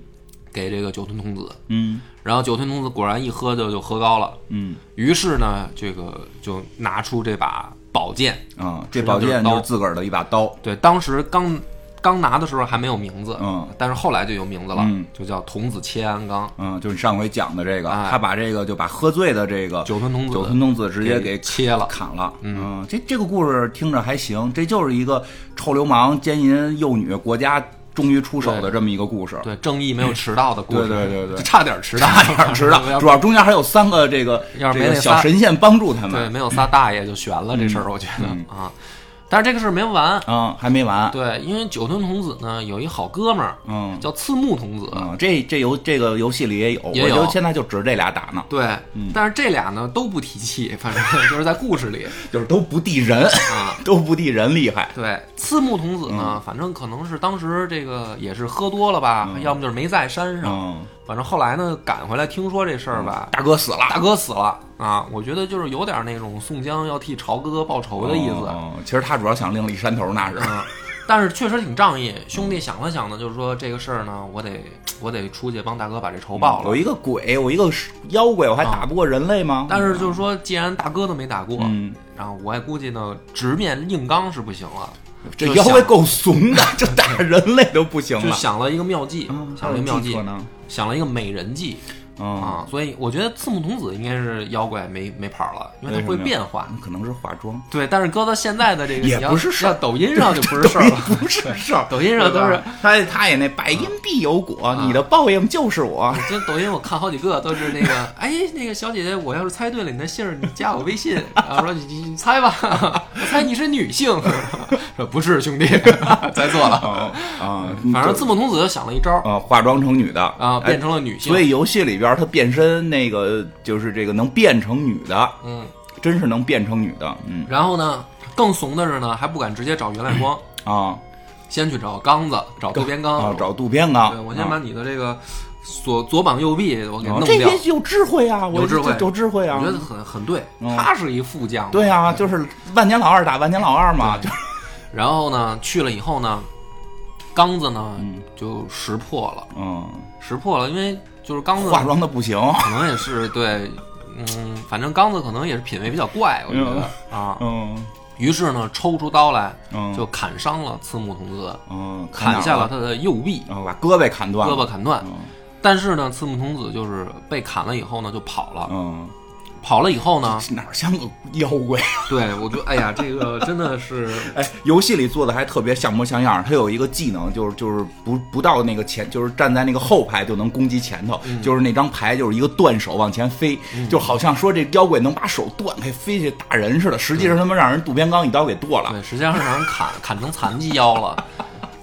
B: 给这个酒吞童子，
A: 嗯
B: 然后酒吞童子果然一喝就就喝高了，
A: 嗯
B: 于是呢，这个就拿出这把宝剑，
A: 啊，这宝剑就是自个儿的一把刀，
B: 对，当时刚刚拿的时候还没有名字，
A: 嗯
B: 但是后来就有名字了，
A: 嗯
B: 就叫童子切安纲，
A: 嗯，就是你上回讲的这个，
B: 哎
A: 他把这个就把喝醉的这个
B: 酒吞童子
A: 酒吞童子直接给
B: 切了，
A: 砍了，嗯，这这个故事听着还行，这就是一个臭流氓奸淫幼女，国家终于出手的这么一个故事，
B: 对，正义没有迟到的故 事，
A: 对对对对
B: 就差点迟到，
A: 差点儿迟
B: 要
A: 到，
B: 不
A: 主要中间还有三个这个
B: 要是
A: 这
B: 没那
A: 个
B: 仨
A: 小神仙帮助他
B: 对，
A: 们
B: 没有仨大爷就悬了这事
A: 嗯
B: 儿，我觉得、啊。但是这个事儿没完，
A: 啊，还没完，
B: 对，因为酒吞童子呢有一好哥们儿
A: 嗯
B: 叫次木童子，
A: 嗯，这这游这个游戏里也有，
B: 也有
A: 我就现在就指着这俩打呢，
B: 对，
A: 嗯
B: 但是这俩呢都不提气，反正 就是在故事里
A: 就是都不敌人，
B: 啊。
A: 都不敌人厉害，
B: 对，次木童子
A: 嗯
B: 呢，反正可能是当时这个也是喝多了吧，要么就是没在山上，
A: 嗯，
B: 反正后来呢赶回来，听说这事儿吧，
A: 大哥死了，
B: 大哥死了啊，我觉得就是有点那种宋江要替朝哥哥报仇的意思，
A: 嗯嗯其实他主要想另立山头，那 是，
B: 啊，但是确实挺仗义。兄弟想了想呢，就是说这个事儿呢，我得我得出去帮大哥把这仇报了。啊
A: 我一个鬼，我一个妖怪，我还打不过人类吗？
B: 但是就是说，既然大哥都没打过，
A: 嗯，
B: 然后我也估计呢，直面硬刚是不行了，
A: 这
B: 就
A: 妖怪
B: 想
A: 够怂 的，这打人类都不行
B: 就
A: 了。
B: 想了一个妙计，
A: 嗯
B: 想了一个妙计
A: 还有计策呢，
B: 想了一个美人计。
A: 嗯，
B: 啊，所以我觉得刺木童子应该是妖怪没没跑了，因为
A: 为
B: 他
A: 什
B: 会
A: 么呀
B: 变化。
A: 可能是化妆，
B: 对，但是搁到现在的这个
A: 也
B: 你要
A: 不是事儿
B: 要抖音上就不是事儿了，
A: 不是事儿。
B: 抖音上都是。啊
A: 他，他也那百因必有果，你的报应就是我。
B: 我这抖音我看好几个都是那个，哎，那个小姐姐，我要是猜对了你的姓儿，你加我微信，然后说你你你猜吧， 我猜你是女性， 说不是兄弟， 猜错了。
A: 啊啊，
B: 反正
A: 就
B: 字幕童子想了一招
A: 啊，化妆成女的
B: 啊，变。成
A: 哎
B: 了女性，
A: 所以游戏里边他变身那个就是这个能变成女的，
B: 嗯，
A: 真是能变成女的，嗯
B: 然后呢，更怂的是呢，还不敢直接找袁赖光，
A: 啊
B: 先去找刚子，找渡边刚
A: 啊，找渡边刚
B: 对，我
A: 啊
B: 先把你的这个左左膀右臂我给
A: 啊
B: 弄
A: 这
B: 掉
A: 些，有智慧啊，我
B: 有智慧
A: 这有智慧啊
B: 我觉，得很很对，
A: 嗯
B: 他是一副将，
A: 对啊，就是万年老二打万年老二嘛，就是
B: 然后呢，去了以后呢，刚子呢、就识破了，
A: 嗯，
B: 识破了，因为就是刚子
A: 化妆的不行，
B: 可能也是对，嗯，反正刚子可能也是品味比较怪，我觉得、啊。
A: 嗯
B: 于是呢，抽出刀来
A: 嗯
B: 就砍伤了刺木童子，
A: 嗯，
B: 砍下
A: 哪儿
B: 了，他的右臂，
A: 然后把胳膊砍断
B: 胳
A: 了，
B: 膊砍断。
A: 嗯
B: 但是呢，刺木童子就是被砍了以后呢，就跑了。
A: 嗯
B: 跑了以后呢，
A: 哪儿像个妖怪？啊
B: 对我就哎呀，这个真的是
A: 哎，游戏里做的还特别像模像样儿。他有一个技能，就是就是不不到那个前，就是站在那个后排就能攻击前头，
B: 嗯
A: 就是那张牌就是一个断手往前飞，就好像说这妖怪能把手断开飞去打人似的，实际上他妈让人渡边刚一刀给剁了。
B: 对，实际上是让人砍砍成残疾腰了。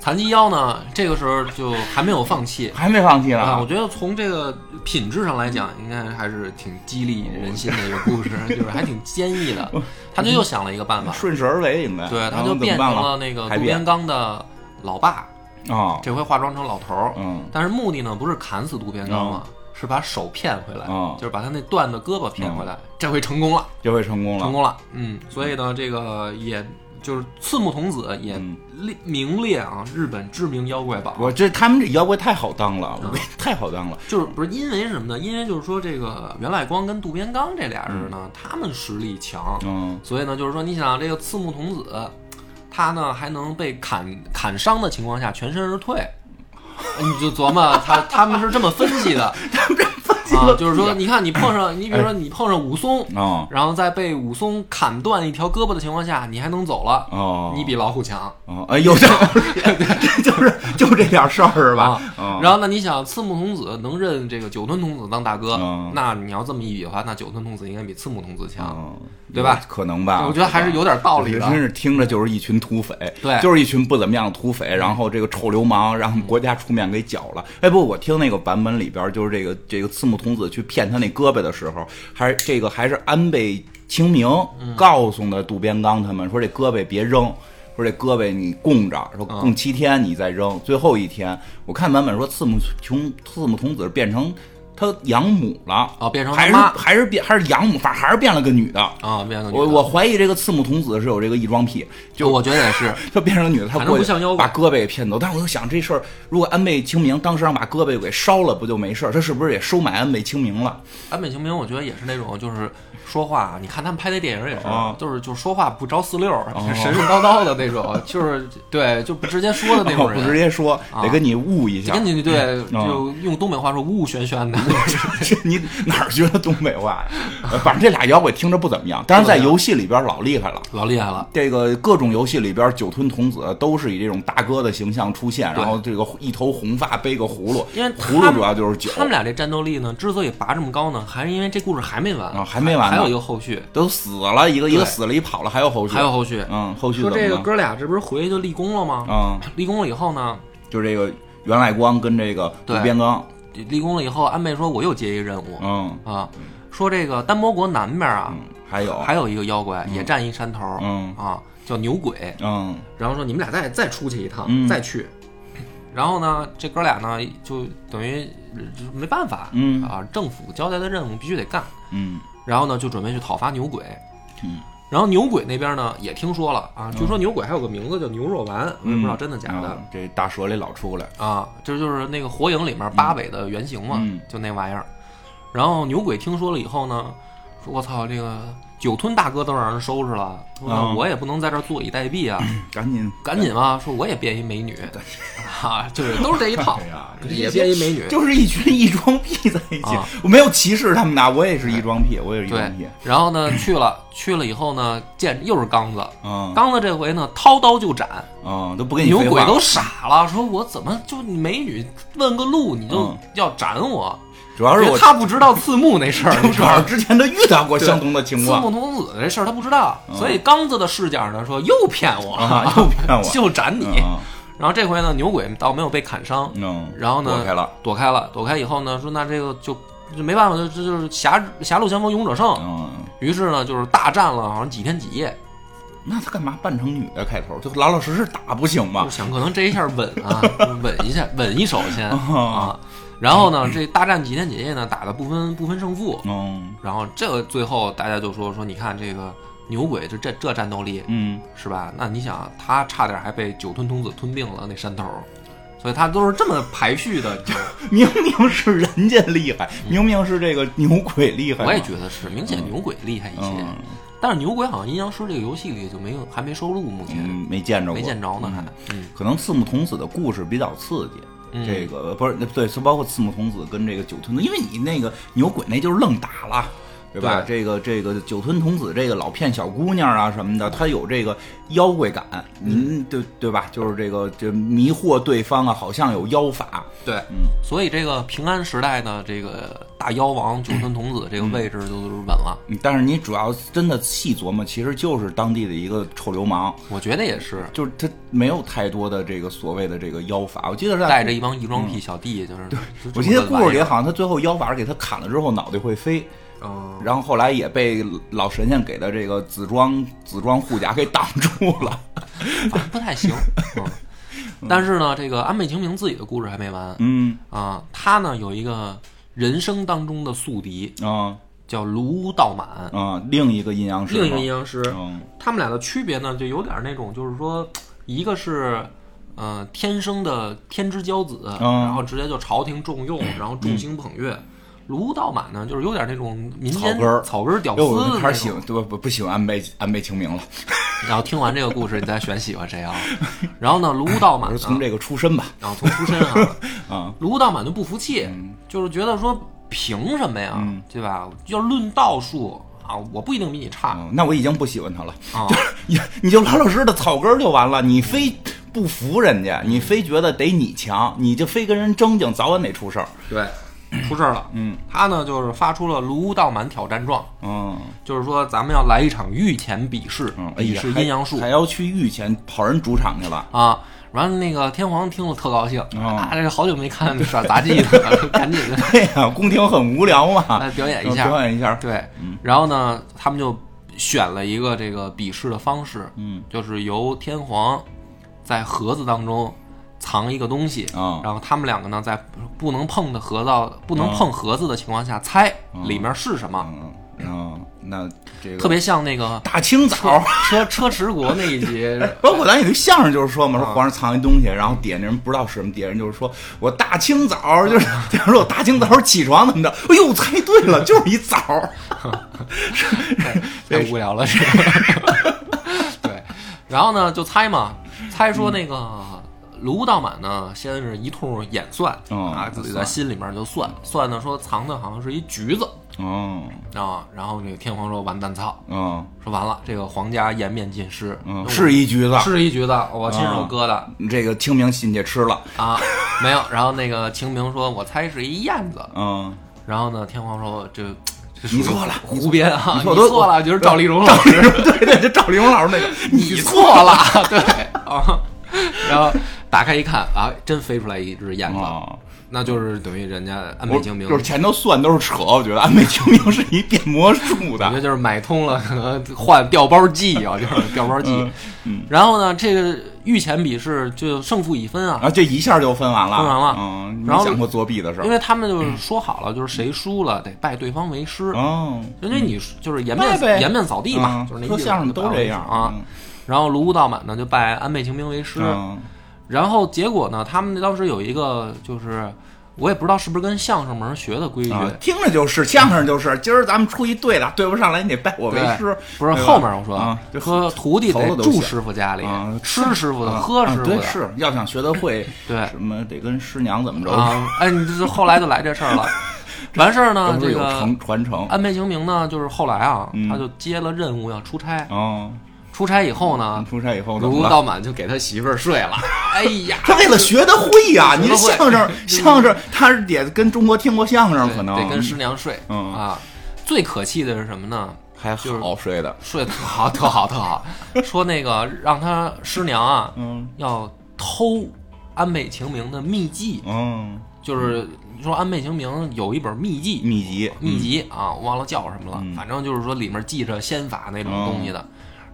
B: 残疾腰呢，这个时候就还没有放弃
A: 还没放弃呢，
B: 啊。我觉得从这个品质上来讲，应该还是挺激励人心的一个故事，就是还挺坚 毅的。他就又想了一个办法，
A: 顺势而为应该。
B: 对，
A: 然
B: 他
A: 后
B: 就
A: 怎么
B: 变
A: 办
B: 成
A: 了
B: 了那个
A: 还
B: 渡
A: 变
B: 边刚的老爸，
A: 啊，
B: 这回化妆成老头儿。
A: 嗯
B: 但是目的呢，不是砍死渡边刚了，是把手骗回来，
A: 嗯
B: 就是把他那断的胳膊骗回来。这回成功了，
A: 这回成功
B: 成
A: 了。
B: 功了。嗯，所以呢，这个也就是刺木童子也
A: 嗯
B: 列名列啊日本知名妖怪榜。
A: 我这他们这妖怪太好当了，
B: 嗯
A: 我跟你太好当了。
B: 就是不是因为什么呢？因为就是说这个袁赖光跟渡边刚这俩人呢，他们实力强，
A: 嗯
B: 所以呢，就是说你想啊这个刺木童子，他呢还能被砍砍伤的情况下全身而退，你就琢磨他他们是这么分析的，啊，就是说你看你碰上你比如说你碰上武松，
A: 哦
B: 然后在被武松砍断一条胳膊的情况下，你还能走了，
A: 哦，
B: 你比老虎强。
A: 哦哎有道理， 就是就这点事儿是吧？
B: 啊
A: 嗯
B: 然后呢，你想刺木童子能认这个九吞童子当大哥
A: 嗯，
B: 那你要这么一比的话，那九吞童子应该比刺木童子强。
A: 嗯
B: 对吧？
A: 可能吧，
B: 我觉得还是有点道理的
A: 真是听着就是一群土匪，
B: 对
A: 就是一群不怎么样的土匪，然后这个臭流氓，让国家出面给剿了。哎，不，我听那个版本里边，就是这个这个刺木童子去骗他那胳膊的时候，还这个还是安倍晴明
B: 嗯
A: 告诉的渡边刚他们说这胳膊别扔。说这胳膊你供着，说
B: 嗯
A: 供七天你再扔，最后一天我看版本说刺木琼刺木童子变成他养母了，
B: 哦变成他
A: 还是
B: 妈
A: 还是变还是养母，反正还是变了个女的，
B: 啊，变个女的
A: 我我怀疑这个刺木童子是有这个异装癖，就
B: 我觉得 也是，
A: 就变成个女的，她
B: 反正
A: 过去
B: 不像妖怪
A: 把胳膊给骗走。但是我又想这事儿，如果安倍晴明当时让把胳膊给烧了，不就没事儿？他是不是也收买安倍晴明了？
B: 安倍晴明，我觉得也是那种，就是说话，你看他们拍那电影也是，
A: 啊
B: 就是就是说话不着四六，神神叨叨的那种，就是对，就不直接说的那种
A: 哦不
B: 人，
A: 直接说，得跟你悟一
B: 就
A: 下。
B: 跟你对，
A: 嗯
B: 就用东北话说呜呜 旋旋的，
A: 你哪儿学的东北话呀？呃反正这俩妖怪听着不怎么样，但是在游戏里边老厉害了。
B: 老厉害了。
A: 这个各种游戏里边，酒吞童子都是以这种大哥的形象出现，
B: 对
A: 然后这个一头红发背个葫芦，
B: 因为他
A: 葫芦主要就是酒，
B: 他们俩这战斗力呢，之所以拔这么高呢，还是因为这故事还没完
A: 啊还没完呢
B: 还有一个后续，
A: 都死了一个一个死了，一跑了，还有后续，
B: 还有后续。
A: 嗯，后续
B: 说
A: 怎么
B: 这个
A: 了？
B: 哥俩这不是回去就立功了吗？
A: 嗯，
B: 立功了以后呢，
A: 就这个袁赖光跟这个渡
B: 对
A: 边刚，
B: 立功了以后，安倍说我又接一任务
A: 嗯
B: 啊，说这个丹波国南面啊，
A: 嗯，还有
B: 还有一个妖怪也站一山头，
A: 嗯
B: 啊，叫牛鬼，
A: 嗯
B: 然后说你们俩再再出去一趟，
A: 嗯
B: 再去。然后呢，这哥俩呢就等于呃就没办法，
A: 嗯
B: 啊，政府交代的任务必须得干。
A: 嗯
B: 然后呢，就准备去讨伐牛鬼。
A: 嗯，
B: 然后牛鬼那边呢也听说了啊，据说牛鬼还有个名字叫牛肉丸，我也不知道真的假的
A: 嗯这大蛇里老出来，
B: 啊。这就是那个火影里面八尾的原型嘛
A: 嗯，
B: 就那玩意儿。然后牛鬼听说了以后呢，说我操，这个九吞大哥都让人收拾了，说那
A: 啊
B: 我也不能在这儿坐以待毙 啊。
A: 赶紧
B: 赶紧吧，说我也变一美女， 啊，就是都是这一套
A: 哎呀，
B: 也变一美女，
A: 就是一群异装癖在一起
B: 啊，
A: 我没有歧视他们呐，我也是异装癖，我也是异
B: 对
A: 装癖，。
B: 然后呢，去了去了以后呢，见又是刚子，
A: 嗯
B: 刚子这回呢掏刀就斩，
A: 嗯，都不跟你
B: 牛
A: 废
B: 鬼
A: 话
B: 都傻了，说我怎么就你美女问个路你就
A: 嗯
B: 要斩我？
A: 主要是
B: 因为
A: 我
B: 他不知道刺木 那事儿，你知
A: 主
B: 道
A: 要
B: 吗
A: 是之前他遇到过相同的情
B: 刺木
A: 况
B: 童子这事儿他不知道，所以刚子的视角呢说又骗我，
A: 嗯啊，又骗我，
B: 就斩你。
A: 嗯
B: 然后这回呢，牛鬼倒没有被砍伤，
A: 嗯，
B: 然后呢
A: 躲开了，
B: 躲开了，躲开以后呢，说那这个就就没办法，就这就是狭狭路相逢勇者胜。
A: 嗯，
B: 于是呢，就是大战了，好像几天几夜，
A: 那他干嘛扮成女的开头？就老老实实打不行
B: 我
A: 吗？
B: 想可能这一下稳啊，稳一下，稳一手先
A: 哦
B: 啊。然后呢，这大战几天几夜呢，打的不分不分胜负。
A: 嗯
B: 然后这个最后大家就说说，你看这个牛鬼就这这战斗力
A: 嗯，
B: 是吧？那你想，他差点还被酒吞童子吞并了那山头，所以他都是这么排序 的。你知道吗
A: 明明是人家厉害，明明是这个牛鬼厉害嘛。
B: 嗯我也觉得是，明显牛鬼厉害一些。
A: 嗯
B: 但是牛鬼好像阴阳师这个游戏里就没有，还没收录，目前、
A: 嗯，没见着过，
B: 没见着呢，还。嗯，
A: 可能刺木童子的故事比较刺激。这个不是对，包括刺木童子跟这个九吞子，因为你那个牛鬼那就是愣打了，对吧？这个这个酒吞童子这个老骗小姑娘啊什么的，他有这个妖怪感，嗯，对对吧？就是这个这迷惑对方啊，好像有妖法，
B: 对，
A: 嗯
B: 所以这个平安时代呢，这个大妖王九吞童子这个位置就是稳了。
A: 嗯但是你主要真的细琢磨，其实就是当地的一个臭流氓，
B: 我觉得也是
A: 就是他没有太多的这个所谓的这个妖法。我记得是在嗯
B: 带着一帮异装癖小弟，就是就
A: 我
B: 这
A: 记
B: 么
A: 得
B: 个
A: 故事里啊
B: 玩意儿，
A: 好像他最后妖法给他砍了之后脑袋会飞，
B: 嗯，
A: 然后后来也被老神仙给的这个紫装紫装护甲给挡住了。
B: 反啊正不 太行。嗯，但是呢，这个安倍晴明自己的故事还没完
A: 嗯
B: 啊，他呢有一个人生当中的宿敌
A: 啊
B: 叫卢道满，
A: 啊，另一个阴阳师吗，
B: 另一个阴阳师。
A: 嗯
B: 他们俩的区别呢，就有点那种，就是说，一个是，呃，天生的天之骄子，
A: 嗯
B: 然后直接就朝廷 重用，然后众星捧月。卢道满呢，就是有点那种民间
A: 草根儿
B: 草根儿屌丝
A: 哎我
B: 的
A: 开
B: 那
A: 始喜
B: 种。
A: 欢，对不不不喜欢安倍安倍晴明了，
B: 然后听完这个故事，你再选喜欢谁啊？ 然后呢，卢道
A: 我
B: 满
A: 是
B: 呢，
A: 从这个出身吧。
B: 然后从出身啊，
A: 啊，嗯
B: 卢道满就不服气，就是觉得说凭什么呀，对吧？要论道术啊，我不一定比你差
A: 嗯那我已经不喜欢他了。
B: 啊。
A: 你你就老老实实的草根儿就完了，你非不服人家，你非觉得得你强，你就非跟人争竞，早晚得出事儿。
B: 对，出事儿了。嗯，他呢就是发出了卢道满挑战状，
A: 嗯
B: 就是说咱们要来一场御前比试，
A: 嗯，哎
B: 比
A: 呀
B: 试，
A: 还
B: 阴阳术
A: 还要去御前跑人主场去了。
B: 啊。完了，那个天皇听了特高兴，
A: 哦
B: 啊，这好久没看耍杂技了， 赶紧的
A: 对哎呀，宫廷很无聊嘛
B: 来，表演一下。
A: 啊表演一下。嗯
B: 对，然后呢，他们就选了一个这个比试的方式，
A: 嗯，
B: 就是由天皇在盒子当中藏一个东西，
A: 啊
B: 然后他们两个呢，在不能碰的盒子、不
A: 哦
B: 能碰盒子的情况下，猜里面是什么，
A: 嗯嗯，那这
B: 特
A: 个
B: 别像 那个
A: 大清
B: 车
A: 早。
B: 车车迟国那一 集，
A: 包括咱有一相声，就是说嘛，说皇上藏一东西，然后底下那人不知道是什么，底下人就是说我大清早就是，底下人说我大清早起床怎么着？哎呦，猜对了，就是一枣儿。
B: 太哎无聊了，是吧？ 对，然后呢，就猜嘛，猜
A: 嗯
B: 说那个卢道满呢，先是一通演算、
A: 嗯
B: 啊，自己在心里面就算算呢，说藏的好像是一橘子
A: 哦，
B: 啊，然后那个天皇说完蛋操，
A: 嗯
B: 说完了，这个皇家颜面尽失，
A: 嗯，
B: 我
A: 是一橘子，嗯
B: 是一橘子，我亲手割的。
A: 这个清明进去吃了。
B: 啊，没有。然后那个秦明说：“我猜是一燕子。
A: 嗯，”
B: 然后呢，天皇说：“这这
A: 你错了
B: 湖边
A: 你
B: 啊，你
A: 错都
B: 错了，就是赵丽蓉老师。”
A: 对对，这赵丽蓉老师那个，
B: 你错了， 对啊。然后打开一看啊，真飞出来一只燕子，
A: 啊，
B: 那就是等于人家安倍
A: 我
B: 晴明，
A: 就是前头算都是扯，我觉得安倍晴明是一变魔术
B: 我觉
A: 的。
B: 得就是买通了，可 能换调包计啊，就是 调包计。
A: 嗯
B: 然后呢，这个御前比试就胜负已分
A: 然
B: 啊，
A: 后这一下就分完了，
B: 分完了
A: 嗯，没
B: 然后
A: 想过作弊的事
B: 因
A: 儿。
B: 为他们就是说好了，就是谁输了得拜对方为师，
A: 哦，
B: 因为你就是颜
A: 拜呗
B: 面颜面扫地嘛，
A: 嗯
B: 就是那
A: 说
B: 意思
A: 相声都这样
B: 啊。然后卢武道满呢就拜安倍晴明为师，
A: 嗯
B: 然后结果呢，他们当时有一个就是，我也不知道是不是跟相声门学的规矩，
A: 啊，听着就是相声，就是今儿咱们出一对的，对不上来你得拜我为
B: 对
A: 师，
B: 不是
A: 对吧
B: 后面我说，
A: 啊，对
B: 说徒弟
A: 头了
B: 得
A: 都
B: 住
A: 行
B: 师傅家里，
A: 啊
B: 吃师傅的，
A: 啊
B: 喝师
A: 啊
B: 傅
A: 对
B: 的，
A: 是要想学得会，
B: 对
A: 什么得跟师娘怎么着，
B: 啊，哎，你这后来就来这事儿 了， 完事儿呢
A: 都， 是有
B: 这个啊
A: 承传承。
B: 安倍晴明呢，就是后来啊，
A: 嗯
B: 他就接了任务要出差，
A: 哦，
B: 出差以后
A: 你
B: 呢，
A: 出差以后怎
B: 卢
A: 么了？
B: 道满就给他媳妇儿 睡了，哎呀，
A: 他为了学得会呀、
B: 学
A: 你
B: 得会
A: 相 声相声，他是也跟中国听过相声，可
B: 对
A: 能啊
B: 得跟师娘睡
A: 嗯
B: 啊。最可气的是什么呢？
A: 还
B: 就是
A: 好睡的，
B: 睡得特好，特好，特好。说那个让他师娘啊，
A: 嗯
B: 要偷安倍晴明的秘籍，
A: 嗯，
B: 就是说安倍晴明有一本秘籍，
A: 秘籍
B: 秘籍啊，我忘了叫什么
A: 嗯
B: 了，反正就是说里面记着仙法那种东西的。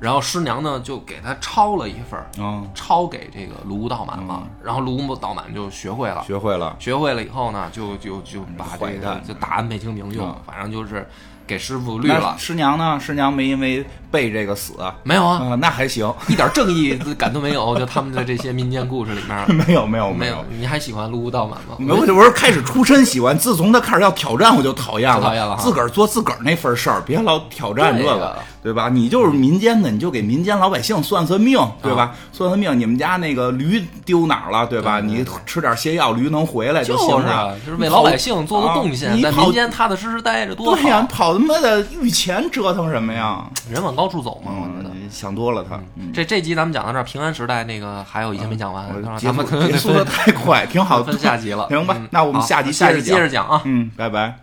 B: 然后师娘呢就给他抄了一份儿，
A: 嗯，
B: 抄给这个卢武道满了，然后卢武道满就学会了。
A: 学会了，
B: 学会了以后呢，就就就把
A: 嗯坏
B: 这个
A: 蛋
B: 就打安倍晴明用
A: 嗯，
B: 反正就是给师傅绿
A: 那
B: 了。
A: 师娘呢？师娘没因为背这个死啊、
B: 没有啊，
A: 那还行。
B: 一点正义感都没有， 就他们的这些民间故事里 面。
A: 没有没有
B: 没
A: 有，
B: 你还喜欢卢武道满吗？
A: 没有我就我是开始出身喜欢，自从他开始要挑战，我就讨厌了，
B: 就讨厌了哈
A: 自个儿做自个儿那份事儿，别老挑战这
B: 对呀
A: 个，对吧？你就是民间的，你就给民间老百姓算算命，对吧？算算命，你们家那个驴丢哪儿了，对吧？
B: 啊对对
A: 你吃点泻药，驴能回来
B: 就
A: 行
B: 是啊
A: 了，，
B: 就是为老百姓做做贡
A: 啊
B: 献，
A: 你
B: 在
A: 跑
B: 民间踏踏实实待着多
A: 对呀，
B: 好
A: 你。跑
B: 啊
A: 他妈的御前折腾什么呀？
B: 人往高处走嘛，我觉得。
A: 嗯，想多了他。嗯
B: 这这集咱们讲到这儿，平安时代那个还有一些没讲完，
A: 我嗯结
B: 嗯咱们可
A: 束
B: 能
A: 结
B: 得
A: 束的
B: 分
A: 太快，挺好的。
B: 分下集了。
A: 行吧
B: 嗯
A: 那我们
B: 好
A: 下集
B: 下
A: 接着
B: 集接
A: 讲
B: 着讲啊。
A: 嗯，拜拜。